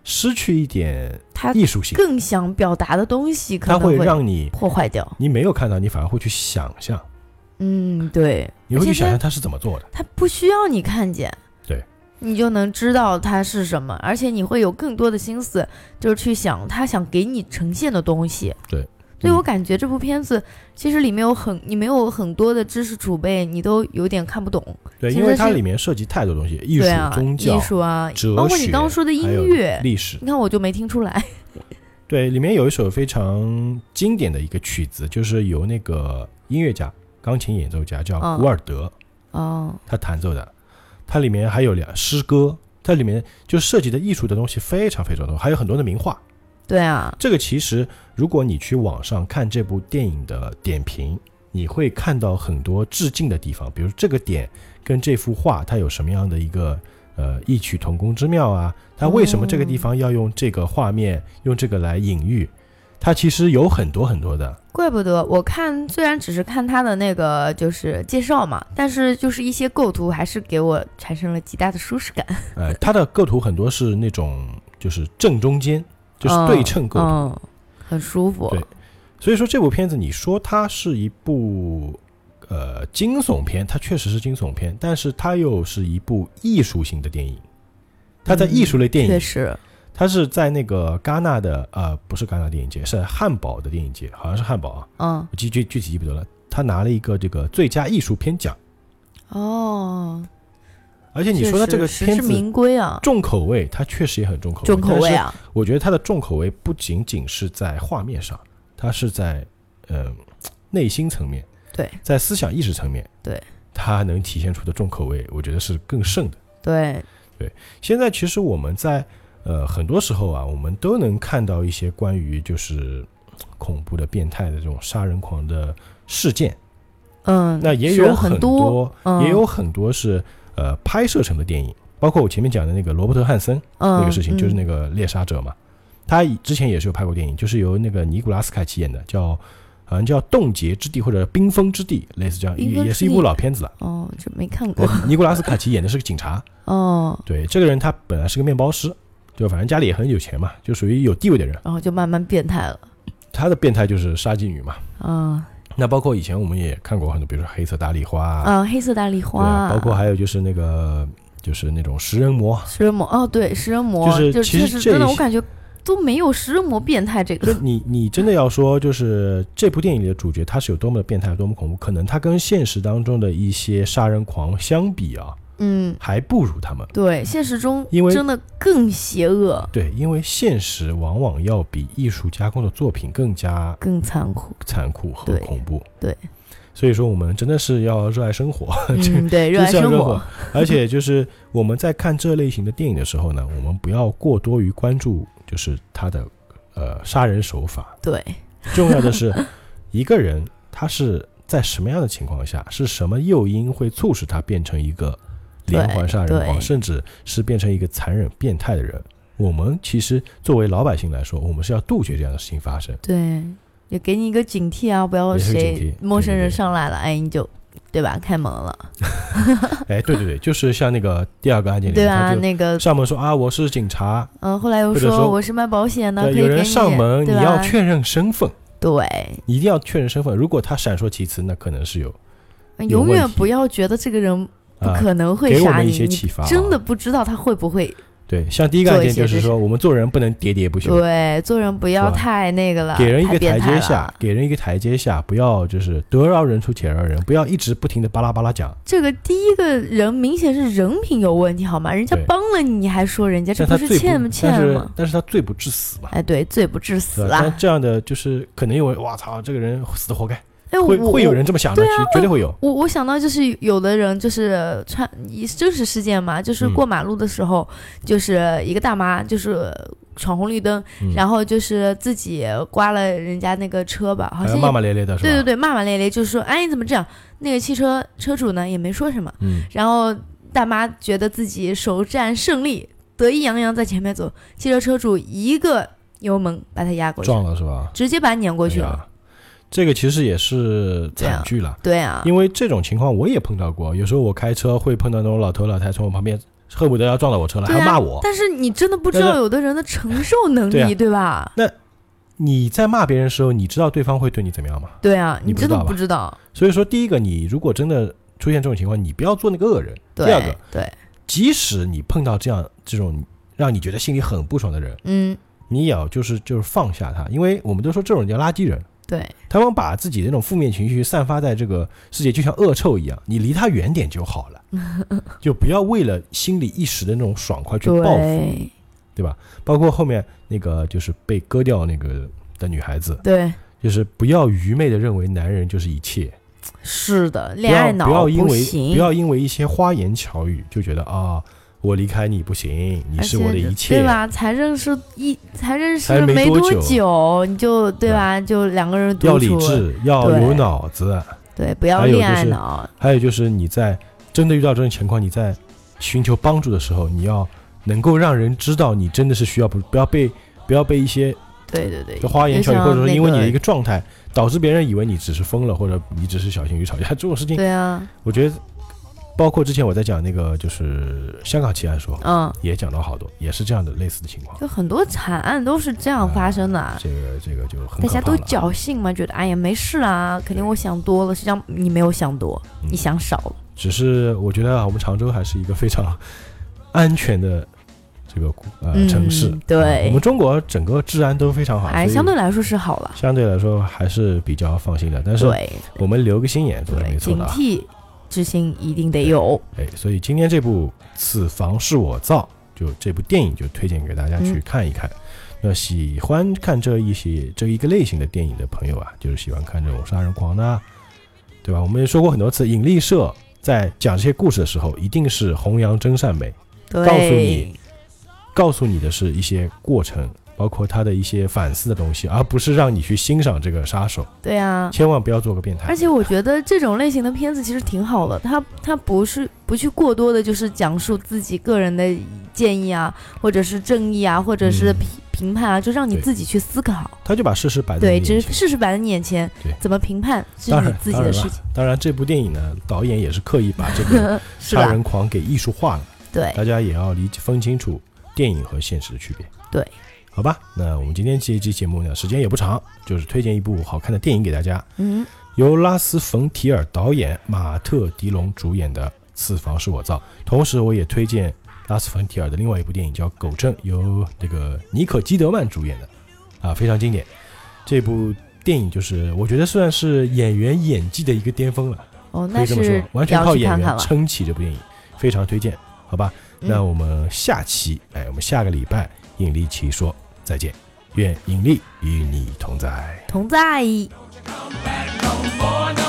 [SPEAKER 1] 失去一点
[SPEAKER 2] 他
[SPEAKER 1] 艺术性，
[SPEAKER 2] 更想表达的东西可
[SPEAKER 1] 它
[SPEAKER 2] 能
[SPEAKER 1] 会
[SPEAKER 2] 会
[SPEAKER 1] 让你
[SPEAKER 2] 破坏掉。
[SPEAKER 1] 你没有看到，你反而会去想象，
[SPEAKER 2] 嗯，对，
[SPEAKER 1] 你会
[SPEAKER 2] 而
[SPEAKER 1] 去
[SPEAKER 2] 且
[SPEAKER 1] 想
[SPEAKER 2] 它
[SPEAKER 1] 象他是怎么做的。
[SPEAKER 2] 它不需要你看见，
[SPEAKER 1] 对，
[SPEAKER 2] 你就能知道它是什么，而且你会有更多的心思，就是去想他想给你呈现的东西。
[SPEAKER 1] 对，
[SPEAKER 2] 所以
[SPEAKER 1] 嗯
[SPEAKER 2] 我感觉这部片子其实里面有很你没有很多的知识储备，你都有点看不懂。
[SPEAKER 1] 对，
[SPEAKER 2] 其
[SPEAKER 1] 因为
[SPEAKER 2] 实
[SPEAKER 1] 它
[SPEAKER 2] 是
[SPEAKER 1] 里面涉及太多东西，艺术
[SPEAKER 2] 对、啊，
[SPEAKER 1] 宗教
[SPEAKER 2] 艺、术啊，
[SPEAKER 1] 哲
[SPEAKER 2] 包括你
[SPEAKER 1] 学
[SPEAKER 2] 刚刚说的音
[SPEAKER 1] 还有
[SPEAKER 2] 乐，
[SPEAKER 1] 历史。
[SPEAKER 2] 你看我就没听出来。
[SPEAKER 1] 对，里面有一首非常经典的一个曲子，就是由那个音乐家、钢琴演奏家叫
[SPEAKER 2] 嗯
[SPEAKER 1] 古尔德，
[SPEAKER 2] 哦，
[SPEAKER 1] 他弹奏的，它里面还有两诗歌，它里面就涉及的艺术的东西非常非常多，还有很多的名画。
[SPEAKER 2] 对啊，
[SPEAKER 1] 这个其实如果你去网上看这部电影的点评，你会看到很多致敬的地方，比如这个点跟这幅画它有什么样的一个呃异曲同工之妙啊？它为什么这个地方要用这个画面，用这个来隐喻？它其实有很多很多的，
[SPEAKER 2] 怪不得我看，虽然只是看他的那个就是介绍嘛，但是就是一些构图还是给我产生了极大的舒适感，
[SPEAKER 1] 呃，它的构图很多是那种就是正中间，就是对称构图。
[SPEAKER 2] 嗯，嗯很舒服。
[SPEAKER 1] 对所以说这部片子，你说它是一部呃惊悚片，它确实是惊悚片，但是它又是一部艺术性的电影。它在艺术类电影，
[SPEAKER 2] 嗯确实，
[SPEAKER 1] 它是在那个戛纳的呃，不是戛纳电影节，是汉堡的电影节，好像是汉堡啊，
[SPEAKER 2] 嗯，
[SPEAKER 1] 我具具具体记不得了。他拿了一个这个最佳艺术片奖，
[SPEAKER 2] 哦，
[SPEAKER 1] 而且你说
[SPEAKER 2] 确
[SPEAKER 1] 他
[SPEAKER 2] 实
[SPEAKER 1] 这个
[SPEAKER 2] 实
[SPEAKER 1] 片
[SPEAKER 2] 至
[SPEAKER 1] 子
[SPEAKER 2] 名归啊，
[SPEAKER 1] 重口味，它确实也很重口味。
[SPEAKER 2] 重口味
[SPEAKER 1] 但是
[SPEAKER 2] 啊，
[SPEAKER 1] 我觉得它的重口味不仅仅是在画面上，它是在呃内心层面。
[SPEAKER 2] 对
[SPEAKER 1] 在思想意识层面，
[SPEAKER 2] 对
[SPEAKER 1] 它能体现出的重口味，我觉得是更盛的。
[SPEAKER 2] 对，
[SPEAKER 1] 现在其实我们在呃很多时候啊，我们都能看到一些关于就是呃恐怖的、变态的这种杀人狂的事件，
[SPEAKER 2] 嗯，
[SPEAKER 1] 那也
[SPEAKER 2] 有
[SPEAKER 1] 很
[SPEAKER 2] 多，嗯
[SPEAKER 1] 也有很多是呃拍摄成的电影，包括我前面讲的那个罗伯特·汉森那
[SPEAKER 2] 那
[SPEAKER 1] 个事情，
[SPEAKER 2] 嗯
[SPEAKER 1] 就是那个猎杀者嘛，他以之前也是有拍过电影，就是由那个尼古拉斯凯奇演的，叫。好像叫《冻结之地》或者《冰封之地》，类似这样，也
[SPEAKER 2] 冰封
[SPEAKER 1] 也
[SPEAKER 2] 之
[SPEAKER 1] 是一
[SPEAKER 2] 地
[SPEAKER 1] 部老片 子了。
[SPEAKER 2] 哦，这没看过，
[SPEAKER 1] 呃尼古拉斯凯奇演的是个警察，
[SPEAKER 2] 哦，
[SPEAKER 1] 对，这个人他本来是个面包师，就反正家里也很有钱嘛，就属于有地位的人。
[SPEAKER 2] 然后就慢慢变态了，
[SPEAKER 1] 他的变态就是杀妓女嘛。
[SPEAKER 2] 啊
[SPEAKER 1] 那包括以前我们也看过很多，比如说黑色大丽花啊，
[SPEAKER 2] 啊，黑色大丽
[SPEAKER 1] 对啊
[SPEAKER 2] 花，
[SPEAKER 1] 包括还有就是那个就是那种食人魔，
[SPEAKER 2] 食人魔，哦，对，食人魔，
[SPEAKER 1] 就是其
[SPEAKER 2] 确
[SPEAKER 1] 实
[SPEAKER 2] 实
[SPEAKER 1] 这
[SPEAKER 2] 真的，
[SPEAKER 1] 一
[SPEAKER 2] 我感觉都没有食人魔变态这
[SPEAKER 1] 就
[SPEAKER 2] 个，
[SPEAKER 1] 你你真的要说，就是这部电影里的主角他是有多么的变态，多么恐怖，可能他跟现实当中的一些杀人狂相比啊，
[SPEAKER 2] 嗯，
[SPEAKER 1] 还不如他们。
[SPEAKER 2] 对，现实中
[SPEAKER 1] 因为
[SPEAKER 2] 真的更邪恶、
[SPEAKER 1] 对，因为现实往往要比艺术加工的作品更加
[SPEAKER 2] 更残 酷，
[SPEAKER 1] 残酷和
[SPEAKER 2] 对
[SPEAKER 1] 恐怖。
[SPEAKER 2] 对
[SPEAKER 1] 所以说我们真的是要热爱生活，
[SPEAKER 2] 嗯，对，热
[SPEAKER 1] 就
[SPEAKER 2] 爱
[SPEAKER 1] 是要
[SPEAKER 2] 生
[SPEAKER 1] 热
[SPEAKER 2] 活，。
[SPEAKER 1] 而且就是我们在看这类型的电影的时候呢，我们不要过多于关注就是他的呃杀人手法，
[SPEAKER 2] 对，
[SPEAKER 1] 重要的是 一个人他是在什么样的情况下，是什么诱因会促使他变成一个连环杀人狂，
[SPEAKER 2] 对
[SPEAKER 1] 甚至是变成一个残忍变态的人。我们其实作为老百姓来说，我们是要杜绝这样的事情发 生。
[SPEAKER 2] 对，也给你一个警惕啊，不要
[SPEAKER 1] 也是个警
[SPEAKER 2] 谁
[SPEAKER 1] 惕
[SPEAKER 2] 陌
[SPEAKER 1] 对
[SPEAKER 2] 生
[SPEAKER 1] 对
[SPEAKER 2] 人
[SPEAKER 1] 对
[SPEAKER 2] 上来了，哎，你就对吧，开门了，
[SPEAKER 1] 哎，对对对，就是像那个第二个案件里
[SPEAKER 2] 对
[SPEAKER 1] 面，
[SPEAKER 2] 吧？
[SPEAKER 1] 他就
[SPEAKER 2] 那个，
[SPEAKER 1] 上门说啊，我是警察，
[SPEAKER 2] 嗯，后来又
[SPEAKER 1] 或者说
[SPEAKER 2] 我是卖保险的，可
[SPEAKER 1] 对，
[SPEAKER 2] 以
[SPEAKER 1] 有
[SPEAKER 2] 给
[SPEAKER 1] 人
[SPEAKER 2] 你，
[SPEAKER 1] 上门，你
[SPEAKER 2] 对啊
[SPEAKER 1] 要
[SPEAKER 2] 吧？
[SPEAKER 1] 确认身份，
[SPEAKER 2] 对，
[SPEAKER 1] 你一定要确认身份。如果他闪烁其词，那可能是有有
[SPEAKER 2] 永
[SPEAKER 1] 问
[SPEAKER 2] 远
[SPEAKER 1] 题
[SPEAKER 2] 不要觉得这个人不
[SPEAKER 1] 啊。
[SPEAKER 2] 可能会
[SPEAKER 1] 给我
[SPEAKER 2] 杀
[SPEAKER 1] 们
[SPEAKER 2] 你，
[SPEAKER 1] 一些
[SPEAKER 2] 你
[SPEAKER 1] 启发啊
[SPEAKER 2] 真的不知道他会不会。
[SPEAKER 1] 对，像第一个案
[SPEAKER 2] 做一
[SPEAKER 1] 件
[SPEAKER 2] 些
[SPEAKER 1] 就
[SPEAKER 2] 这
[SPEAKER 1] 是说，我们做人不能喋喋不休，
[SPEAKER 2] 对，做人不
[SPEAKER 1] 是
[SPEAKER 2] 要
[SPEAKER 1] 吧
[SPEAKER 2] 太那个了，
[SPEAKER 1] 给人一
[SPEAKER 2] 太
[SPEAKER 1] 个台
[SPEAKER 2] 变态
[SPEAKER 1] 阶下
[SPEAKER 2] 了，
[SPEAKER 1] 给人一个台阶下，不要就是得饶人处且饶人，不要一直不停的巴拉巴拉讲。
[SPEAKER 2] 这个第一个人明显是人品有问题，好吗？人家
[SPEAKER 1] 对
[SPEAKER 2] 帮了你，你还说人家，这
[SPEAKER 1] 但他
[SPEAKER 2] 是
[SPEAKER 1] 罪
[SPEAKER 2] 欠
[SPEAKER 1] 不，但
[SPEAKER 2] 欠
[SPEAKER 1] 是
[SPEAKER 2] 吗？
[SPEAKER 1] 但是他罪不至死嘛，
[SPEAKER 2] 哎，对，罪不至死
[SPEAKER 1] 对吧？
[SPEAKER 2] 啦
[SPEAKER 1] 但。这样的就是可能因为哇操，这个人死的活该，
[SPEAKER 2] 哎，我
[SPEAKER 1] 会
[SPEAKER 2] 啊
[SPEAKER 1] 会有人这么想的，其实绝对会有。
[SPEAKER 2] 我我我想到就是有的人就是穿一真实事件嘛，就是
[SPEAKER 1] 嗯
[SPEAKER 2] 过马路的时候，就是一个大妈就是闯红绿灯，
[SPEAKER 1] 嗯
[SPEAKER 2] 然后就是自己刮了人家那个车吧，好
[SPEAKER 1] 还
[SPEAKER 2] 像
[SPEAKER 1] 有呃哎
[SPEAKER 2] 也
[SPEAKER 1] 骂骂咧咧的是吧？
[SPEAKER 2] 对对对，骂骂咧咧，就是说，哎，你怎么这样？那个汽车车主呢也没说什么，
[SPEAKER 1] 嗯，
[SPEAKER 2] 然后大妈觉得自己首战胜利，得意洋洋在前面走，汽车车主一个油门把他压过去，
[SPEAKER 1] 撞了是吧？
[SPEAKER 2] 直接把他碾过去
[SPEAKER 1] 哎
[SPEAKER 2] 了。
[SPEAKER 1] 呀这个其实也是惨剧了，
[SPEAKER 2] 对啊，
[SPEAKER 1] 因为这种情况我也碰到过，有时候我开车会碰到那种老头老太从我旁边恨不得要撞到我车来，
[SPEAKER 2] 对
[SPEAKER 1] 还
[SPEAKER 2] 啊
[SPEAKER 1] 要骂我。
[SPEAKER 2] 但是你真的不知
[SPEAKER 1] 但
[SPEAKER 2] 道
[SPEAKER 1] 是
[SPEAKER 2] 有的人的承受能力，
[SPEAKER 1] 对啊
[SPEAKER 2] 对吧？
[SPEAKER 1] 你在骂别人的时候，你知道对方会对你怎么样吗？
[SPEAKER 2] 对啊，
[SPEAKER 1] 你不
[SPEAKER 2] 真
[SPEAKER 1] 知
[SPEAKER 2] 的
[SPEAKER 1] 道吧
[SPEAKER 2] 不知道。
[SPEAKER 1] 所以说，第一个，你如果真的出现这种情况，你不要做那个恶人。第二
[SPEAKER 2] 对
[SPEAKER 1] 个，
[SPEAKER 2] 对，
[SPEAKER 1] 即使你碰到这样这种让你觉得心里很不爽的人，
[SPEAKER 2] 嗯，
[SPEAKER 1] 你也要就是就是放下他，因为我们都说这种人叫垃圾人，
[SPEAKER 2] 对
[SPEAKER 1] 他们把自己的那种负面情绪散发在这个世界，就像恶臭一样，你离他远点就好了，就不要为了心里一时的那种爽快去报复，
[SPEAKER 2] 对
[SPEAKER 1] 对吧？包括后面那个就是被割掉那个的女孩子，
[SPEAKER 2] 对，
[SPEAKER 1] 就是不要愚昧的认为男人就是一切，
[SPEAKER 2] 是的，
[SPEAKER 1] 不
[SPEAKER 2] 恋爱
[SPEAKER 1] 要
[SPEAKER 2] 脑
[SPEAKER 1] 不要因为
[SPEAKER 2] 行，
[SPEAKER 1] 不要因为一些花言巧语就觉得啊，我离开你不行，你
[SPEAKER 2] 而
[SPEAKER 1] 是
[SPEAKER 2] 且
[SPEAKER 1] 我的一切
[SPEAKER 2] 哎对，吧？才认识一，才认识
[SPEAKER 1] 才没
[SPEAKER 2] 没
[SPEAKER 1] 多
[SPEAKER 2] 久，
[SPEAKER 1] 久啊
[SPEAKER 2] 你就对吧？就两个人独
[SPEAKER 1] 要理
[SPEAKER 2] 处，
[SPEAKER 1] 智，要
[SPEAKER 2] 对
[SPEAKER 1] 有脑子。
[SPEAKER 2] 对，不要
[SPEAKER 1] 还有
[SPEAKER 2] 恋
[SPEAKER 1] 就
[SPEAKER 2] 爱
[SPEAKER 1] 是
[SPEAKER 2] 脑，
[SPEAKER 1] 还有就是你在真的遇到这种情况，你在寻求帮助的时候，你要能够让人知道你真的是需要不不要被不要被一些
[SPEAKER 2] 对对对，
[SPEAKER 1] 就花言
[SPEAKER 2] 就
[SPEAKER 1] 巧语，
[SPEAKER 2] 像
[SPEAKER 1] 或者说
[SPEAKER 2] 那
[SPEAKER 1] 因为你的一
[SPEAKER 2] 个
[SPEAKER 1] 个状态导致别人以为你只是疯了，或者你只是小情侣吵架这种事情，
[SPEAKER 2] 对啊，
[SPEAKER 1] 我觉得包括之前我在讲那个就是香港奇案的时候，
[SPEAKER 2] 嗯，
[SPEAKER 1] 也讲到好多也是这样的类似的情况。
[SPEAKER 2] 就很多惨案都是这样发生的啊。
[SPEAKER 1] 这个这个就哎很
[SPEAKER 2] 大家
[SPEAKER 1] 可怕
[SPEAKER 2] 都
[SPEAKER 1] 了
[SPEAKER 2] 侥幸嘛，觉得哎呀没事啦，肯定我想多了。实际上你没有想多，你
[SPEAKER 1] 嗯
[SPEAKER 2] 想少了。
[SPEAKER 1] 只是我觉得啊，我们常州还是一个非常安全的这个古呃、
[SPEAKER 2] 嗯
[SPEAKER 1] 城市。
[SPEAKER 2] 对
[SPEAKER 1] 啊我们中国整个治安都非常好，
[SPEAKER 2] 哎，
[SPEAKER 1] 啊所以
[SPEAKER 2] 相对来说是好了。
[SPEAKER 1] 相对来说还是比较放心的。但是
[SPEAKER 2] 对
[SPEAKER 1] 我们留个心眼总是
[SPEAKER 2] 对，
[SPEAKER 1] 没错
[SPEAKER 2] 警
[SPEAKER 1] 的啊。
[SPEAKER 2] 惕之心一定得有。
[SPEAKER 1] 哎，所以今天这部《此房是我造》就这部电影就推荐给大家去
[SPEAKER 2] 嗯
[SPEAKER 1] 看一看。那喜欢看这一些这一个类型的电影的朋友啊，就是喜欢看这种杀人狂的啊，对吧？我们也说过很多次，引力社在讲这些故事的时候，一定是弘扬真善美，
[SPEAKER 2] 对，
[SPEAKER 1] 告诉你告诉你的是一些过程，包括他的一些反思的东西，而不是让你去欣赏这个杀手。
[SPEAKER 2] 对啊，
[SPEAKER 1] 千万不要做个变态。
[SPEAKER 2] 而且我觉得这种类型的片子其实挺好的，它它不是不去过多的就是讲述自己个人的建议啊，或者是正义啊，或者是
[SPEAKER 1] 嗯
[SPEAKER 2] 评评判啊，就让你
[SPEAKER 1] 对
[SPEAKER 2] 自己去思考。
[SPEAKER 1] 他就把事实摆在
[SPEAKER 2] 对，
[SPEAKER 1] 你眼前
[SPEAKER 2] 只是事实摆在你眼前
[SPEAKER 1] 对，
[SPEAKER 2] 怎么评判是
[SPEAKER 1] 当
[SPEAKER 2] 你
[SPEAKER 1] 然
[SPEAKER 2] 自己
[SPEAKER 1] 当
[SPEAKER 2] 的
[SPEAKER 1] 然
[SPEAKER 2] 事
[SPEAKER 1] 了
[SPEAKER 2] 情，
[SPEAKER 1] 当然，这部电影呢，导演也是刻意把这个
[SPEAKER 2] 是
[SPEAKER 1] 杀
[SPEAKER 2] 吧？哎
[SPEAKER 1] 人呃狂给艺术化了，
[SPEAKER 2] 对，
[SPEAKER 1] 大家也要理解分清楚电影和现实的区别。
[SPEAKER 2] 对，
[SPEAKER 1] 好吧，那我们今天这一期节目呢，时间也不长，就是推荐一部好看的电影给大家，
[SPEAKER 2] 嗯，
[SPEAKER 1] 由拉斯冯提尔导演、马特·迪龙主演的《此房是我造》。同时，我也推荐拉斯冯提尔的另外一部电影叫《狗证》，由这个妮可基德曼主演的，啊，非常经典。这部电影就是我觉得算是演员演技的一个巅峰了，
[SPEAKER 2] 哦，
[SPEAKER 1] 可
[SPEAKER 2] 那
[SPEAKER 1] 以这么说
[SPEAKER 2] 是，
[SPEAKER 1] 完全
[SPEAKER 2] 要
[SPEAKER 1] 靠
[SPEAKER 2] 去
[SPEAKER 1] 演
[SPEAKER 2] 看看
[SPEAKER 1] 员
[SPEAKER 2] 了。
[SPEAKER 1] 撑起这部电影，非常推荐，好吧？
[SPEAKER 2] 嗯
[SPEAKER 1] 那我们下期，哎，我们下个礼拜引力奇说再见，愿引力与你同在。
[SPEAKER 2] 同在。
[SPEAKER 3] Don't you come back no more.